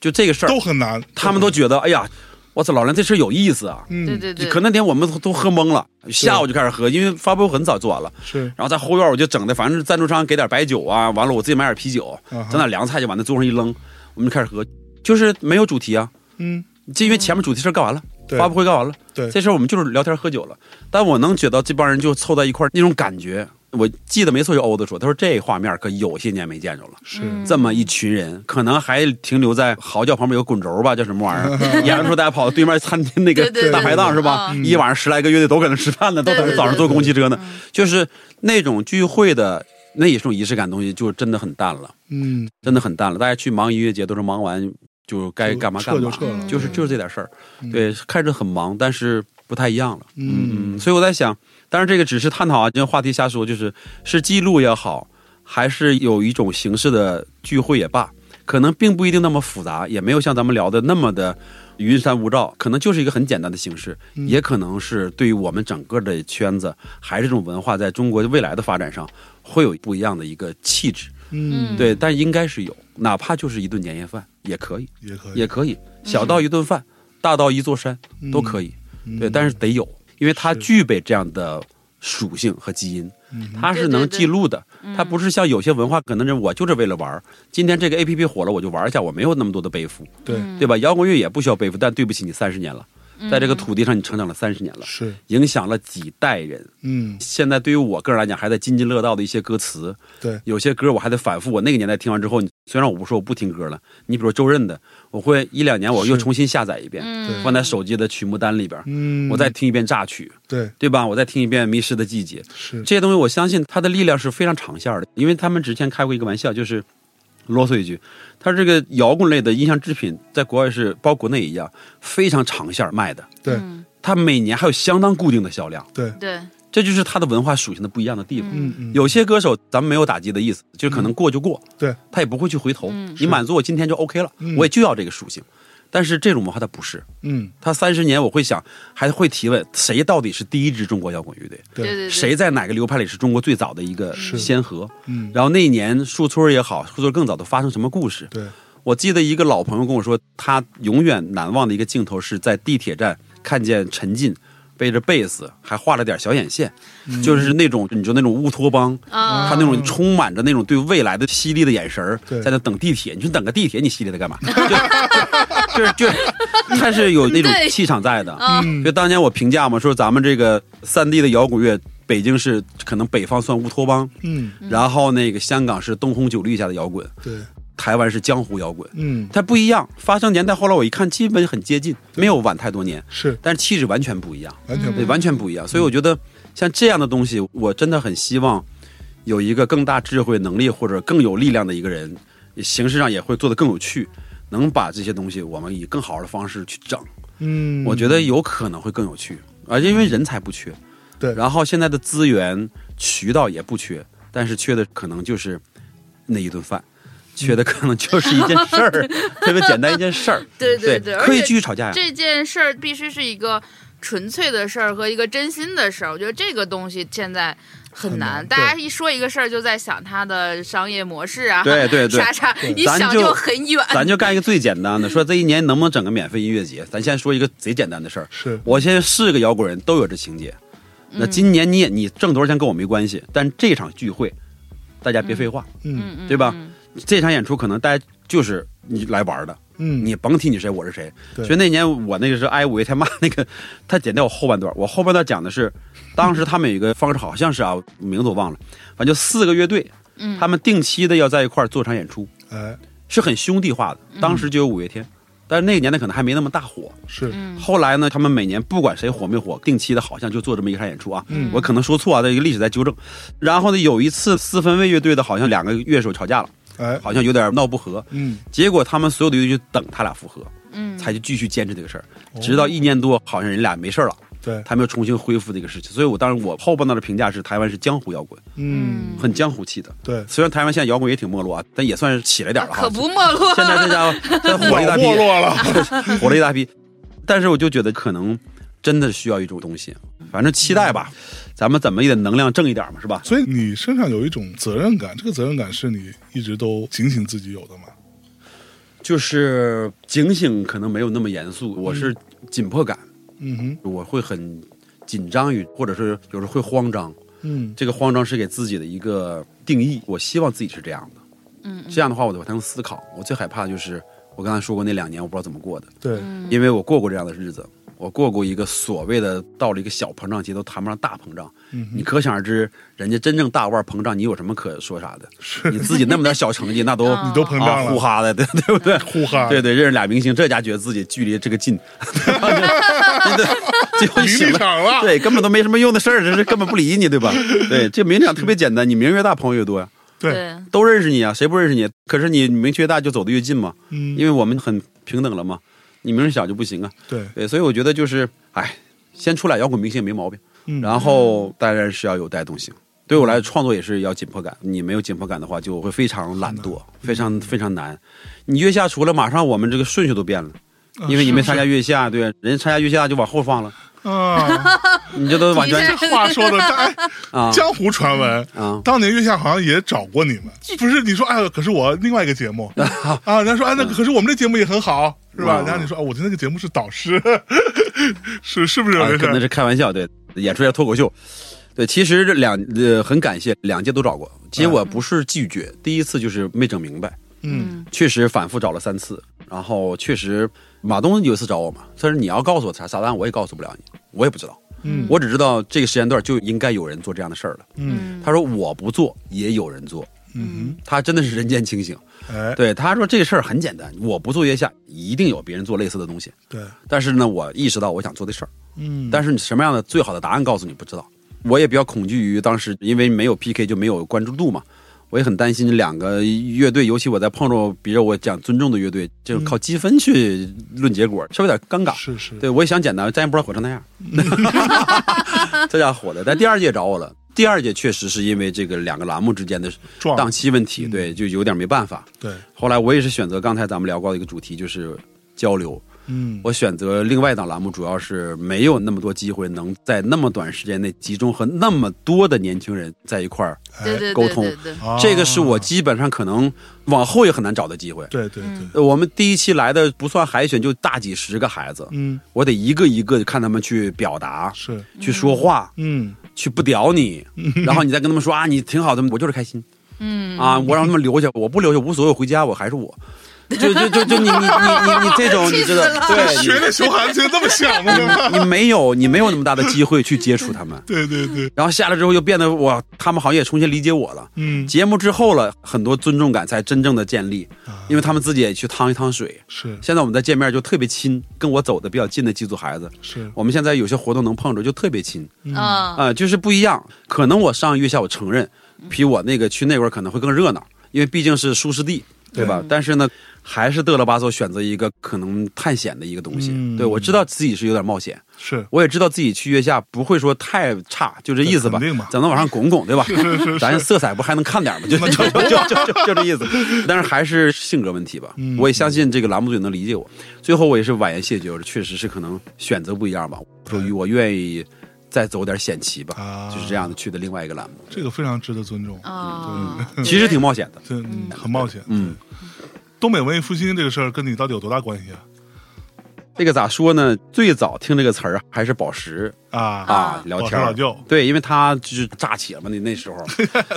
就这个事儿
都，很难，
他们都觉得，哎呀，我操，老梁这事儿有意思啊！
嗯
对对对，
可那天我们都都喝懵了，下午就开始喝，因为发布会很早做完了。”
是
然后在后院我就整的，反正是赞助商给点白酒啊，完了我自己买点啤酒，
啊哈
整点凉菜就往那桌上一扔，我们就开始喝，就是没有主题啊，
嗯
就因为前面主题事儿干完了，
对
发布会干完了，
对
这事儿我们就是聊天喝酒了。但我能觉得这帮人就凑在一块儿那种感觉，我记得没错，就欧子说，他说这画面可有些年没见着了。
是
这么一群人，可能还停留在嚎叫旁边有滚轴吧，叫什么玩意儿？演完之后大家跑到对面餐厅那个
对对对
大排档是吧？
嗯
一晚上十来个乐队都搁那吃饭呢，都等着早上坐公汽车呢。
嗯
就是那种聚会的那也是种仪式感的东西，就真的很淡了，
嗯
真的很淡了。大家去忙音乐节都是忙完就该干嘛干
撤就
嘛，
撤了，嗯
就是就是这点事儿。对，看着很忙，但是不太一样了。
嗯
嗯，所以我在想，当然这个只是探讨啊，这话题瞎说，就是是记录也好，还是有一种形式的聚会也罢，可能并不一定那么复杂，也没有像咱们聊的那么的云山雾罩，可能就是一个很简单的形式，
嗯
也可能是对于我们整个的圈子，还是这种文化在中国未来的发展上，会有不一样的一个气质。
嗯
对，但应该是有，哪怕就是一顿年夜饭也可以，
也可以嗯
也可以，
嗯
小到一顿饭，大到一座山都可以。对，但是得有，因为它
是嗯
具备这样的属性和基因，它是
对对
能
对
记录的。它不是像有些文化可能人，我就是为了玩儿。今天这个 A P P 火了，我就玩一下，我没有那么多的背负，
对
嗯
对吧？摇滚乐也不需要背负，但对不起，你三十年了，在这个土地上你成长了三十年了，
是
影响了几代人。
嗯
现在对于我个人来讲，还在津津乐道的一些歌词，
对
有些歌我还得反复。我那个年代听完之后，你虽然我不说我不听歌了，你比如周润的，我会一两年我又
是
重新下载一遍，
对
放在手机的曲目单里边，
嗯
我再听一遍榨取，
对
对吧？我再听一遍《迷失的季节》，
是
这些东西我相信它的力量是非常长线的，因为他们之前开过一个玩笑，就是啰嗦一句，他这个摇滚类的音像制品在国外是包括国内一样非常长线卖的，
对
它每年还有相当固定的销量，
对
对，
这就是它的文化属性的不一样的地方。
嗯嗯
有些歌手咱们没有打击的意思，就是可能过就过，
对
他也不会去回头，
嗯
你满足我今天就 OK 了，
嗯
我也就要这个属性。但是这种文化它不是，
嗯
他三十年，我会想，还会提问，谁到底是第一支中国摇滚乐队？
对对对，
谁在哪个流派里是中国最早的一个
是
先河？
嗯
然后那一年树村也好，树村更早的发生什么故事？
对
我记得一个老朋友跟我说，他永远难忘的一个镜头是在地铁站看见陈进背着贝斯，还画了点小眼线，就是那种你知道那种乌托邦，
啊
他那种充满着那种对未来的犀利的眼神儿
对
在那等地铁。你说等个地铁，你犀利它干嘛？就就就，他是有那种
对
气场在的。
嗯
就当年我评价嘛，说咱们这个三 D 的摇滚乐，北京是可能北方算乌托邦，
嗯
然后那个香港是灯红酒绿下的摇滚，
对
台湾是江湖摇滚，
嗯
它不一样。发生年代后来我一看，基本很接近，没有晚太多年，
是
但是气质完全不一样。
完全不
对，完全不一样。所以我觉得像这样的东西，我真的很希望有一个更大智慧、能力或者更有力量的一个人，形式上也会做得更有趣，能把这些东西我们以更好的方式去整，
嗯
我觉得有可能会更有趣啊，因为人才不缺，
对
然后现在的资源渠道也不缺，但是缺的可能就是那一顿饭。缺的可能就是一件事儿，特别简单一件事儿。
对对对
对，
而
可以
且
继续吵架呀。
这件事儿必须是一个纯粹的事儿和一个真心的事儿。我觉得这个东西现在很难，
很难
大家一说一个事儿就在想它的商业模式啊，
对对对
啥啥，一
咱
想
就
很远。
咱就干一个最简单的，说这一年能不能整个免费音乐节？咱先说一个贼简单的事儿。
是
我先是个摇滚人，都有这情节。那今年你也你挣多少钱跟我没关系，但这场聚会，大家别废话，
嗯
对吧？这场演出可能大家就是你来玩的，
嗯
你甭提你谁，我是谁。
对
所以那年我那个是哎五月天骂那个，他剪掉我后半段，我后半段讲的是当时他们有一个方式，好像是啊，名字我忘了，反正就四个乐队，
嗯，
他们定期的要在一块儿做场演出，
哎，
是很兄弟化的。
嗯
当时就有五月天，但是那个年代可能还没那么大火。
是，
嗯
后来呢，他们每年不管谁火没火，定期的好像就做这么一场演出啊。
嗯
我可能说错啊，这个历史在纠正。然后呢，有一次四分卫乐队的好像两个乐手吵架了，
哎，
好像有点闹不和，
嗯，
结果他们所有的乐队就等他俩复合，
嗯
才就继续坚持这个事儿，
哦
直到一年多，好像人俩没事儿了。
对，
他们又重新恢复这个事情，所以我当时我后半段的评价是台湾是江湖摇滚，
嗯，
很江湖气的。
对，
虽然台湾现在摇滚也挺没落啊，但也算是起来点了哈。
可不啊没落。
啊现在这家伙现在火了一大
老没
批，
落 了，
火了一大批。但是我就觉得可能真的需要一种东西，反正期待吧，咱们怎么也得能量正一点嘛，是吧？
所以你身上有一种责任感，这个责任感是你一直都警醒自己有的嘛？
就是警醒可能没有那么严肃，我是紧迫感，
嗯哼，
我会很紧张与或者是有时候会慌张。
嗯，
这个慌张是给自己的一个定义，我希望自己是这样的。
嗯嗯
这样的话我才能思考。我最害怕的就是我刚才说过那两年，我不知道怎么过的，
对，
因为我过过这样的日子，我过过一个所谓的到了一个小膨胀期，都谈不上大膨胀。
嗯
你
哼，
可想而知，人家真正大腕膨胀，你有什么可说啥的？
是
你自己那么点小成绩，那都
嗯
你都膨胀
啊呼
了，
哈的，对对不对？
呼哈，
对对，认识俩明星，这家觉得自己距离这个近， 对，最后一
名
醒
利
了，
场啊了，
对，根本都没什么用的事儿，这是根本不理你，对吧？对，这名场特别简单，你名越大，朋友越多呀，
对，
对，嗯
都认识你啊，谁不认识你？可是你名气越大，就走得越近嘛。
嗯，为
因为我们很平等了嘛，你名声小就不行啊。
对，
对，所以我觉得就是，哎，先出来摇滚明星也没毛病，
嗯，
然后当然是要有带动性。对我来说，创作也是要紧迫感。你没有紧迫感的话，就会非常懒惰，
嗯
非常非常难。你月下除了马上我们这个顺序都变了，
啊
因为你没
是
参加月下，对，人家参加月下就往后放了，
啊，
你这都完全
这话说的，哎，
啊
江湖传 闻。
啊，
当年月下好像也找过你们，不是？你说哎，可是我另外一个节 目啊，人家说哎，那可是我们这节目也很好，是吧？
嗯
然后你说啊，我的那个节目是导师， 是是不是有
啊
这事
可能
儿？
是开玩笑，对，演出一下脱口秀。对，其实这两呃很感谢两届都找过，结果不是拒绝，第一次就是没整明白。
嗯，
嗯
确实反复找了三次，然后确实马东有一次找我嘛，他说你要告诉我啥啥答案，我也告诉不了你，我也不知道，
嗯
我只知道这个时间段就应该有人做这样的事儿了。
嗯
他说我不做也有人做，
嗯
他真的是人间清醒。
哼，哎，
对，他说这事儿很简单，我不做月下，一定有别人做类似的东西。
对，
但是呢，我意识到我想做的事儿，
嗯，
但是你什么样的最好的答案告诉你不知道，我也比较恐惧于当时因为没有 PK 就没有关注度嘛，我也很担心两个乐队，尤其我在碰着别人我讲尊重的乐队，这种靠积分去论结果，稍微有点尴尬。
嗯是是，
对，我也想简单，咱也不知道火成那样，
嗯
这家伙火的。但第二届找我了，第二届确实是因为这个两个栏目之间的
撞
档期问题，
嗯
对，就有点没办法。
对，
后来我也是选择刚才咱们聊过的一个主题，就是交流。
嗯，
我选择另外一档栏目，主要是没有那么多机会能在那么短时间内集中和那么多的年轻人在一块儿，
对对
哎沟
对
通
对对，
哎啊
这个是我基本上可能往后也很难找的机会。
对对对
嗯，
呃我们第一期来的不算海选，就大几十个孩子，
嗯，
我得一个一个看他们去表达、
是，
去说话、
嗯
去不屌你，然后你再跟他们说啊，你挺好的，我就是开心
嗯
啊，我让他们留下，我不留下无所谓，我回家我还是我。就就就就你你你你你这种，你知道， 对，你
学着熊孩子就这么想的 吗？，
你没有你没有那么大的机会去接触他们
对对对，
然后下来之后又变得哇，他们好像也重新理解我了。
嗯，
节目之后了，很多尊重感才真正的建立，
啊
因为他们自己也去趟一趟水。
是
现在我们再见面就特别亲，跟我走的比较近的几组孩子，
是，
我们现在有些活动能碰着就特别亲
嗯
嗯
啊、就是不一样。可能我上月下，我承认，比我那个去那块儿可能会更热闹，因为毕竟是舒适地，对吧？但是呢，还是嘚了吧嗦选择一个可能探险的一个东西。
嗯
对我知道自己是有点冒险，
是，
我也知道自己去月下不会说太差，就这意思吧
肯定嘛，
咱能往上拱拱，对吧？咱色彩不还能看点吗？就就就就就就就这意思。但是还是性格问题吧
嗯，
我也相信这个栏目组也能理解我。最后我也是婉言谢绝，我确实是可能选择不一样吧，说我愿意再走点险棋吧，
啊，
就是这样的去的另外一个栏目，
这个非常值得尊重，
啊，
嗯其实挺冒险的。
这嗯很冒险。
嗯，
东北文艺复兴这个事儿跟你到底有多大关系啊？
这个咋说呢？最早听这个词儿还是宝石
啊，
啊，聊
宝
天
石
儿
老舅
对，因为他就是炸起了嘛，那那时候。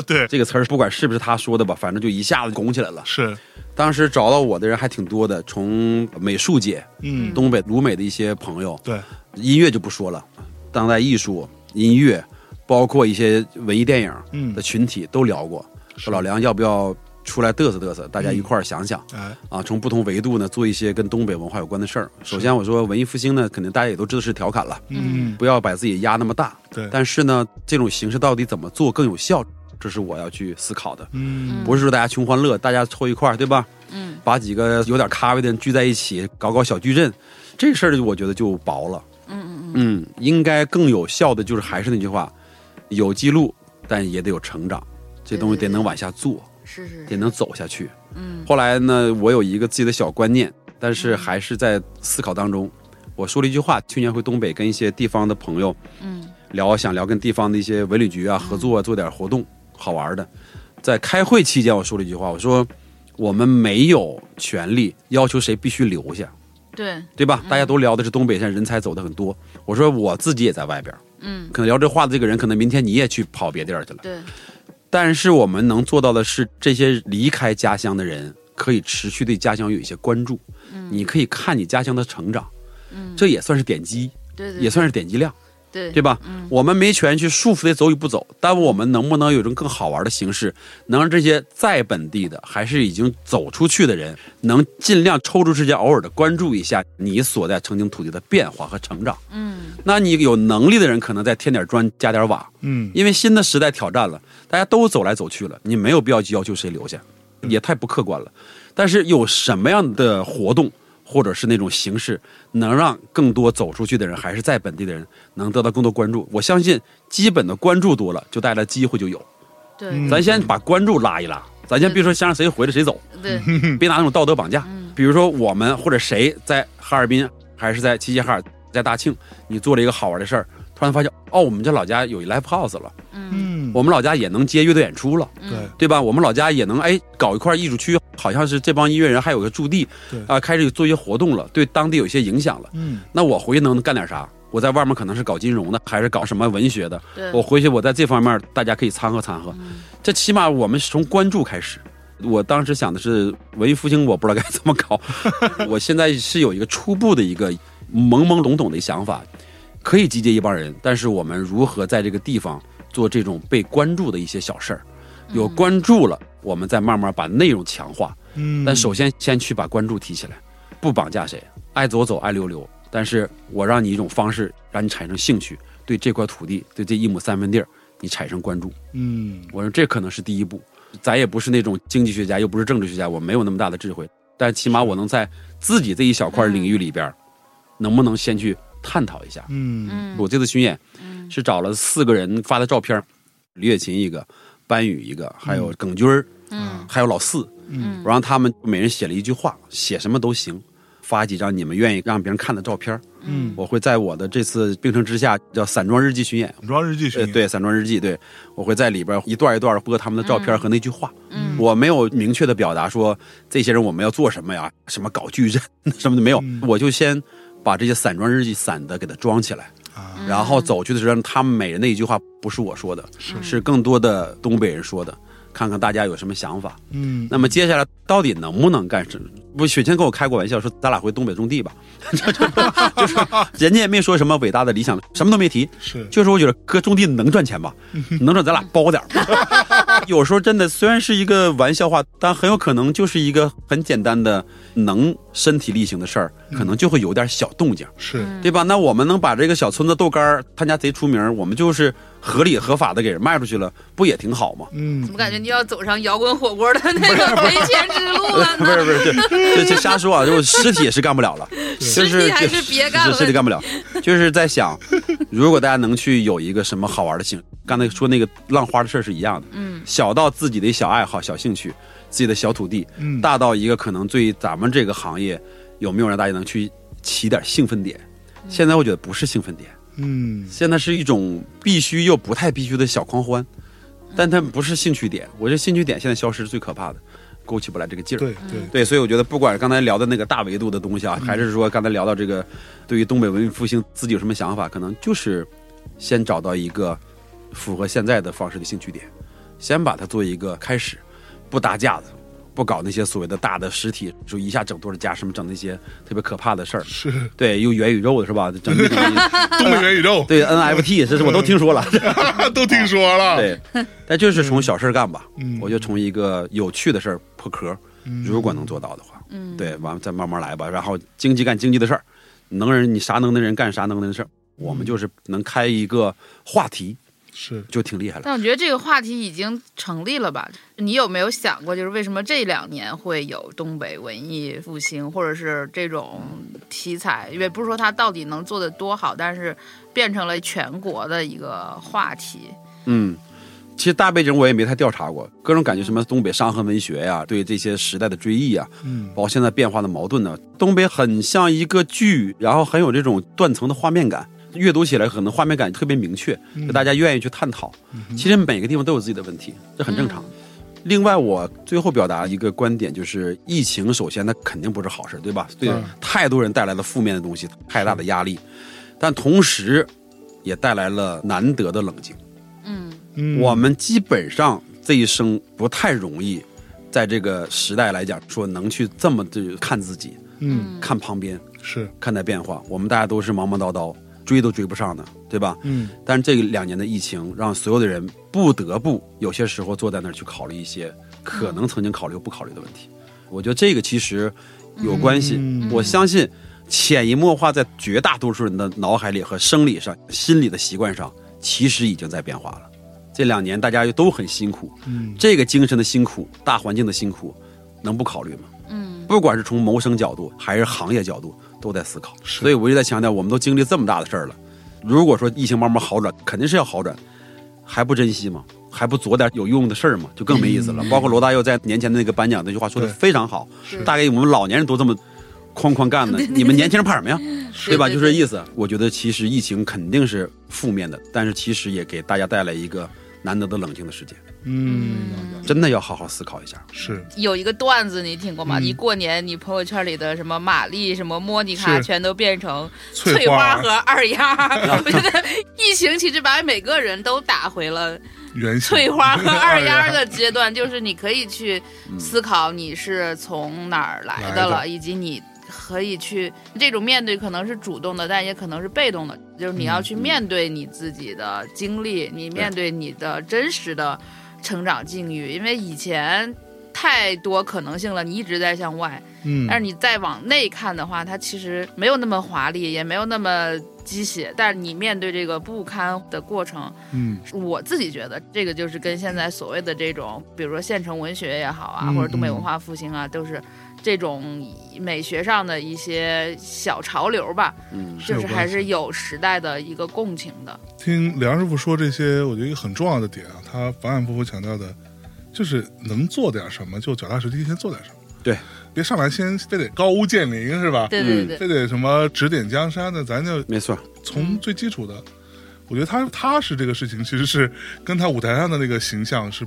对，
这个词儿不管是不是他说的吧，反正就一下子拱起来了。
是，
当时找到我的人还挺多的，从美术界、
嗯，
东北鲁美的一些朋友，
对，
音乐就不说了，当代艺术、音乐，包括一些文艺电影
嗯
的，群体都聊过，说老梁要不要出来嘚瑟嘚瑟，大家一块儿想想。
哎，
啊，从不同维度呢做一些跟东北文化有关的事儿。首先，我说文艺复兴呢，肯定大家也都知道是调侃了，
嗯，
不要把自己压那么大。
对，
但是呢，这种形式到底怎么做更有效，这是我要去思考的。
嗯，
不是说大家穷欢乐，大家凑一块儿，对吧？
嗯
把几个有点咖位的人聚在一起，搞搞小矩阵，这事儿我觉得就薄了。
嗯嗯
嗯，应该更有效的就是还是那句话，有记录，但也得有成长，这东西得能往下做，
嗯，是是
得
是，
能走下去。
嗯
后来呢，我有一个自己的小观念，但是还是在思考当中。我说了一句话，去年回东北跟一些地方的朋友
嗯
聊，想聊跟地方的一些文旅局啊合作啊，做点活动好玩的。在开会期间，我说了一句话，我说我们没有权利要求谁必须留下，
对，
对吧？大家都聊的是东北现在人才走的很多，我说我自己也在外边儿，
嗯
可能聊这话的这个人，可能明天你也去跑别地儿去了。
对，
但是我们能做到的是，这些离开家乡的人可以持续对家乡有一些关注，
嗯
你可以看你家乡的成长，
嗯
这也算是点击，
对对
也算是点击量，
对
对吧？
嗯
我们没权去束缚他走与不走，但我们能不能有一种更好玩的形式，能让这些在本地的还是已经走出去的人，能尽量抽出时间偶尔的关注一下你所在曾经土地的变化和成长？
嗯
那你有能力的人，可能再添点砖加点瓦，
嗯，
因为新的时代挑战了，大家都走来走去了，你没有必要去要求谁留下，也太不客观了。但是有什么样的活动或者是那种形式，能让更多走出去的人，还是在本地的人，能得到更多关注？我相信，基本的关注多了，就带来机会就有。
对
嗯
咱先把关注拉一拉，咱先别说先让谁回来谁走，
嗯
对
别拿那种道德绑架。比如说我们或者谁在哈尔滨，还是在齐齐哈尔，在大庆，你做了一个好玩的事儿，突然发现哦，我们家老家有一 live house 了。
嗯
嗯，
我们老家也能接乐队演出了，
对，
对吧？我们老家也能哎搞一块艺术区，好像是这帮音乐人还有个驻地，
对
啊、开始做一些活动了，对当地有一些影响了。
嗯，
那我回去能干点啥？我在外面可能是搞金融的，还是搞什么文学的？
哦
对
我回去我在这方面大家可以掺和掺和，
嗯
这起码我们从关注开始。我当时想的是文艺复兴，我不知道该怎么 搞。我现在是有一个初步的一个懵懵懂懂的想法，可以集结一帮人，但是我们如何在这个地方做这种被关注的一些小事儿？有关注了，我们再慢慢把内容强化。
嗯，
但首先先去把关注提起来，不绑架谁，爱走走，爱留留。但是我让你一种方式，让你产生兴趣，对这块土地，对这一亩三分地儿，你产生关注。
嗯，
我说这可能是第一步。咱也不是那种经济学家，又不是政治学家，我没有那么大的智慧，但起码我能在自己这一小块领域里边儿，能不能先去探讨一下？
嗯，
嗯
我这次巡演
嗯
是找了四个人发的照片儿，李雪琴一个，班宇一个，还有耿军儿，
啊
嗯
还有老四，
嗯
我让他们每人写了一句话，写什么都行，发几张你们愿意让别人看的照片儿。
嗯，
我会在我的这次《冰城之下》叫散装日记巡演，
《装日记》
呃，
巡
对，《散装日记》，对我会在里边一段一段播他们的照片和那句话。
嗯
我没有明确的表达说这些人我们要做什么呀，什么搞矩阵 什么的没有，
嗯
我就先把这些散装日记散的给它装起来，
啊，
嗯
然后走去的时候，他们每人的一句话不是我说的，是更多的东北人说的，看看大家有什么想法。
嗯，
那么接下来到底能不能干成？不，雪倩跟我开过玩笑说，咱俩回东北种地吧， 就是人家也没说什么伟大的理想，什么都没提，
是，
就是我觉得哥种地能赚钱吧，能赚咱俩包点儿。 有时候真的虽然是一个玩笑话，但很有可能就是一个很简单的能身体力行的事儿，可能就会有点小动静，
是，
嗯
对吧？那我们能把这个小村子豆干儿，他家贼出名儿，我们就是合理合法的给人卖出去了，不也挺好吗？
嗯，
怎么感觉你要走上摇滚火锅的那个维权之 路 了
不是
呢？
不是，这这这瞎说啊！就是尸体也是干不了了，就
尸
是
体还是别干了
是尸体干 不了。就是在想，如果大家能去有一个什么好玩的兴，刚才说那个浪花的事儿是一样的，
嗯，
小到自己的小爱好、小兴趣，自己的小土地，
嗯
大到一个可能对咱们这个行业有没有让大家能去起点兴奋点。
嗯
现在我觉得不是兴奋点，
嗯，
现在是一种必须又不太必须的小狂欢，
嗯
但它不是兴趣点。我觉得兴趣点现在消失是最可怕的，勾起不来这个劲儿。
对
嗯
对，
对，所以我觉得不管刚才聊的那个大维度的东西
嗯
啊，还是说刚才聊到这个，对于东北文艺复兴自己有什么想法，可能就是先找到一个符合现在的方式的兴趣点，先把它做一个开始，不搭架子，不搞那些所谓的大的实体，就一下整多少家什么整那些特别可怕的事儿。
是
对，又元宇宙的是吧？整
东北元宇宙，
对 NFT 这是我都听说了。
都听说了。，
对， 但就是从小事儿干吧。
嗯嗯
我就从一个有趣的事儿破壳，
嗯
如果能做到的话，
嗯，
对，完了再慢慢来吧。然后经济干经济的事儿，能人你啥能的人干啥能的事儿。我们就是能开一个话题，
是
就挺厉害了。
但我觉得这个话题已经成立了吧？你有没有想过，就是为什么这两年会有东北文艺复兴，或者是这种题材？也不是说它到底能做得多好，但是变成了全国的一个话题。
嗯，其实大背景我也没太调查过，各种感觉什么东北伤痕文学呀、对这些时代的追忆啊，
嗯
包括现在变化的矛盾呢、东北很像一个剧，然后很有这种断层的画面感。阅读起来可能画面感特别明确，
嗯
就大家愿意去探讨。其实每个地方都有自己的问题，这很正
嗯
常。另外，我最后表达一个观点，就是疫情首先它肯定不是好事，对吧？对
嗯
太多人带来了负面的东西，太大的压力，但同时也带来了难得的冷静。
嗯，
嗯
我们基本上这一生不太容易，在这个时代来讲，说能去这么的看自己，
嗯
看旁边，
是
看待变化。我们大家都是忙忙叨叨，追都追不上的，对吧？
嗯
但是这两年的疫情，让所有的人不得不有些时候坐在那儿去考虑一些可能曾经考虑又不考虑的问题。我觉得这个其实有关系，
嗯
我相信潜移默化在绝大多数人的脑海里和生理上、心理的习惯上，其实已经在变化了。这两年大家又都很辛苦，
嗯
这个精神的辛苦、大环境的辛苦，能不考虑吗？
嗯，
不管是从谋生角度还是行业角度，都在思考。
是
所以我一直在强调，我们都经历这么大的事儿了，如果说疫情慢慢好转，肯定是要好转，还不珍惜吗？还不做点有用的事儿吗？就更没意思了。
嗯
包括罗大佑在年前的那个颁奖那句话说的
对
非常好，
嗯
大概我们老年人都这么哐哐干的，你们年轻人怕什么 呀？对吧？
对
就
对
这意思。我觉得其实疫情肯定是负面的，但是其实也给大家带来一个难得的冷静的时间，
嗯
真的要好好思考一下。
是
有一个段子你听过吗？
嗯
一过年，你朋友圈里的什么玛丽、什么莫妮卡，
是
全都变成
翠
翠
花
和二丫。 我觉得疫情其实把每个人都打回了。
原型
翠花和二丫
丫
的阶段，就是你可以去思考你是从哪儿来的
来
了，
的
以及你可以去这种面对，可能是主动的，但也可能是被动的，就是你要去面对你自己的经历，你面对你的真实的成长境遇，因为以前。太多可能性了，你一直在向外，
嗯
但是你再往内看的话，它其实没有那么华丽，也没有那么鸡血。但是你面对这个不堪的过程，
嗯
我自己觉得这个就是跟现在所谓的这种，比如说县城文学也好啊，
嗯
或者东北文化复兴啊，都是这种美学上的一些小潮流吧，
嗯
就是
有
还
关
是
系
有时代的一个共情的。
听梁师傅说这些，我觉得一个很重要的点啊，他反反复复强调的，就是能做点什么就脚踏实地，先做点什么。
对，
别上来先非得高屋建瓴是吧？
对对对，
非得什么指点江山的，咱就
没错，
从最基础的。我觉得他踏实这个事情，其实是跟他舞台上的那个形象是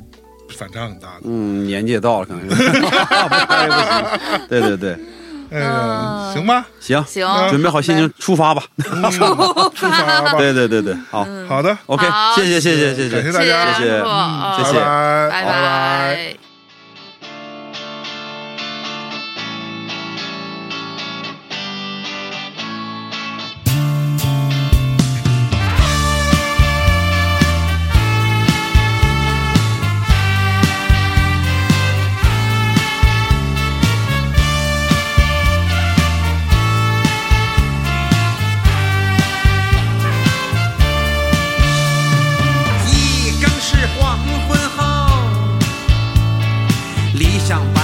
反差很大的。
嗯，年纪也到了， 可能是。不太不行对对对，
哎呀，行吧，
行，
行，
准备好心情出发吧。
出发吧。
对对对对，好
好的，
，OK，
嗯好
谢谢谢谢谢
感谢
谢，
大家，
谢谢梁师傅，
嗯
啊
谢谢
拜
拜
拜。
拜。
已更是黄昏后，理想白啊啊啊啊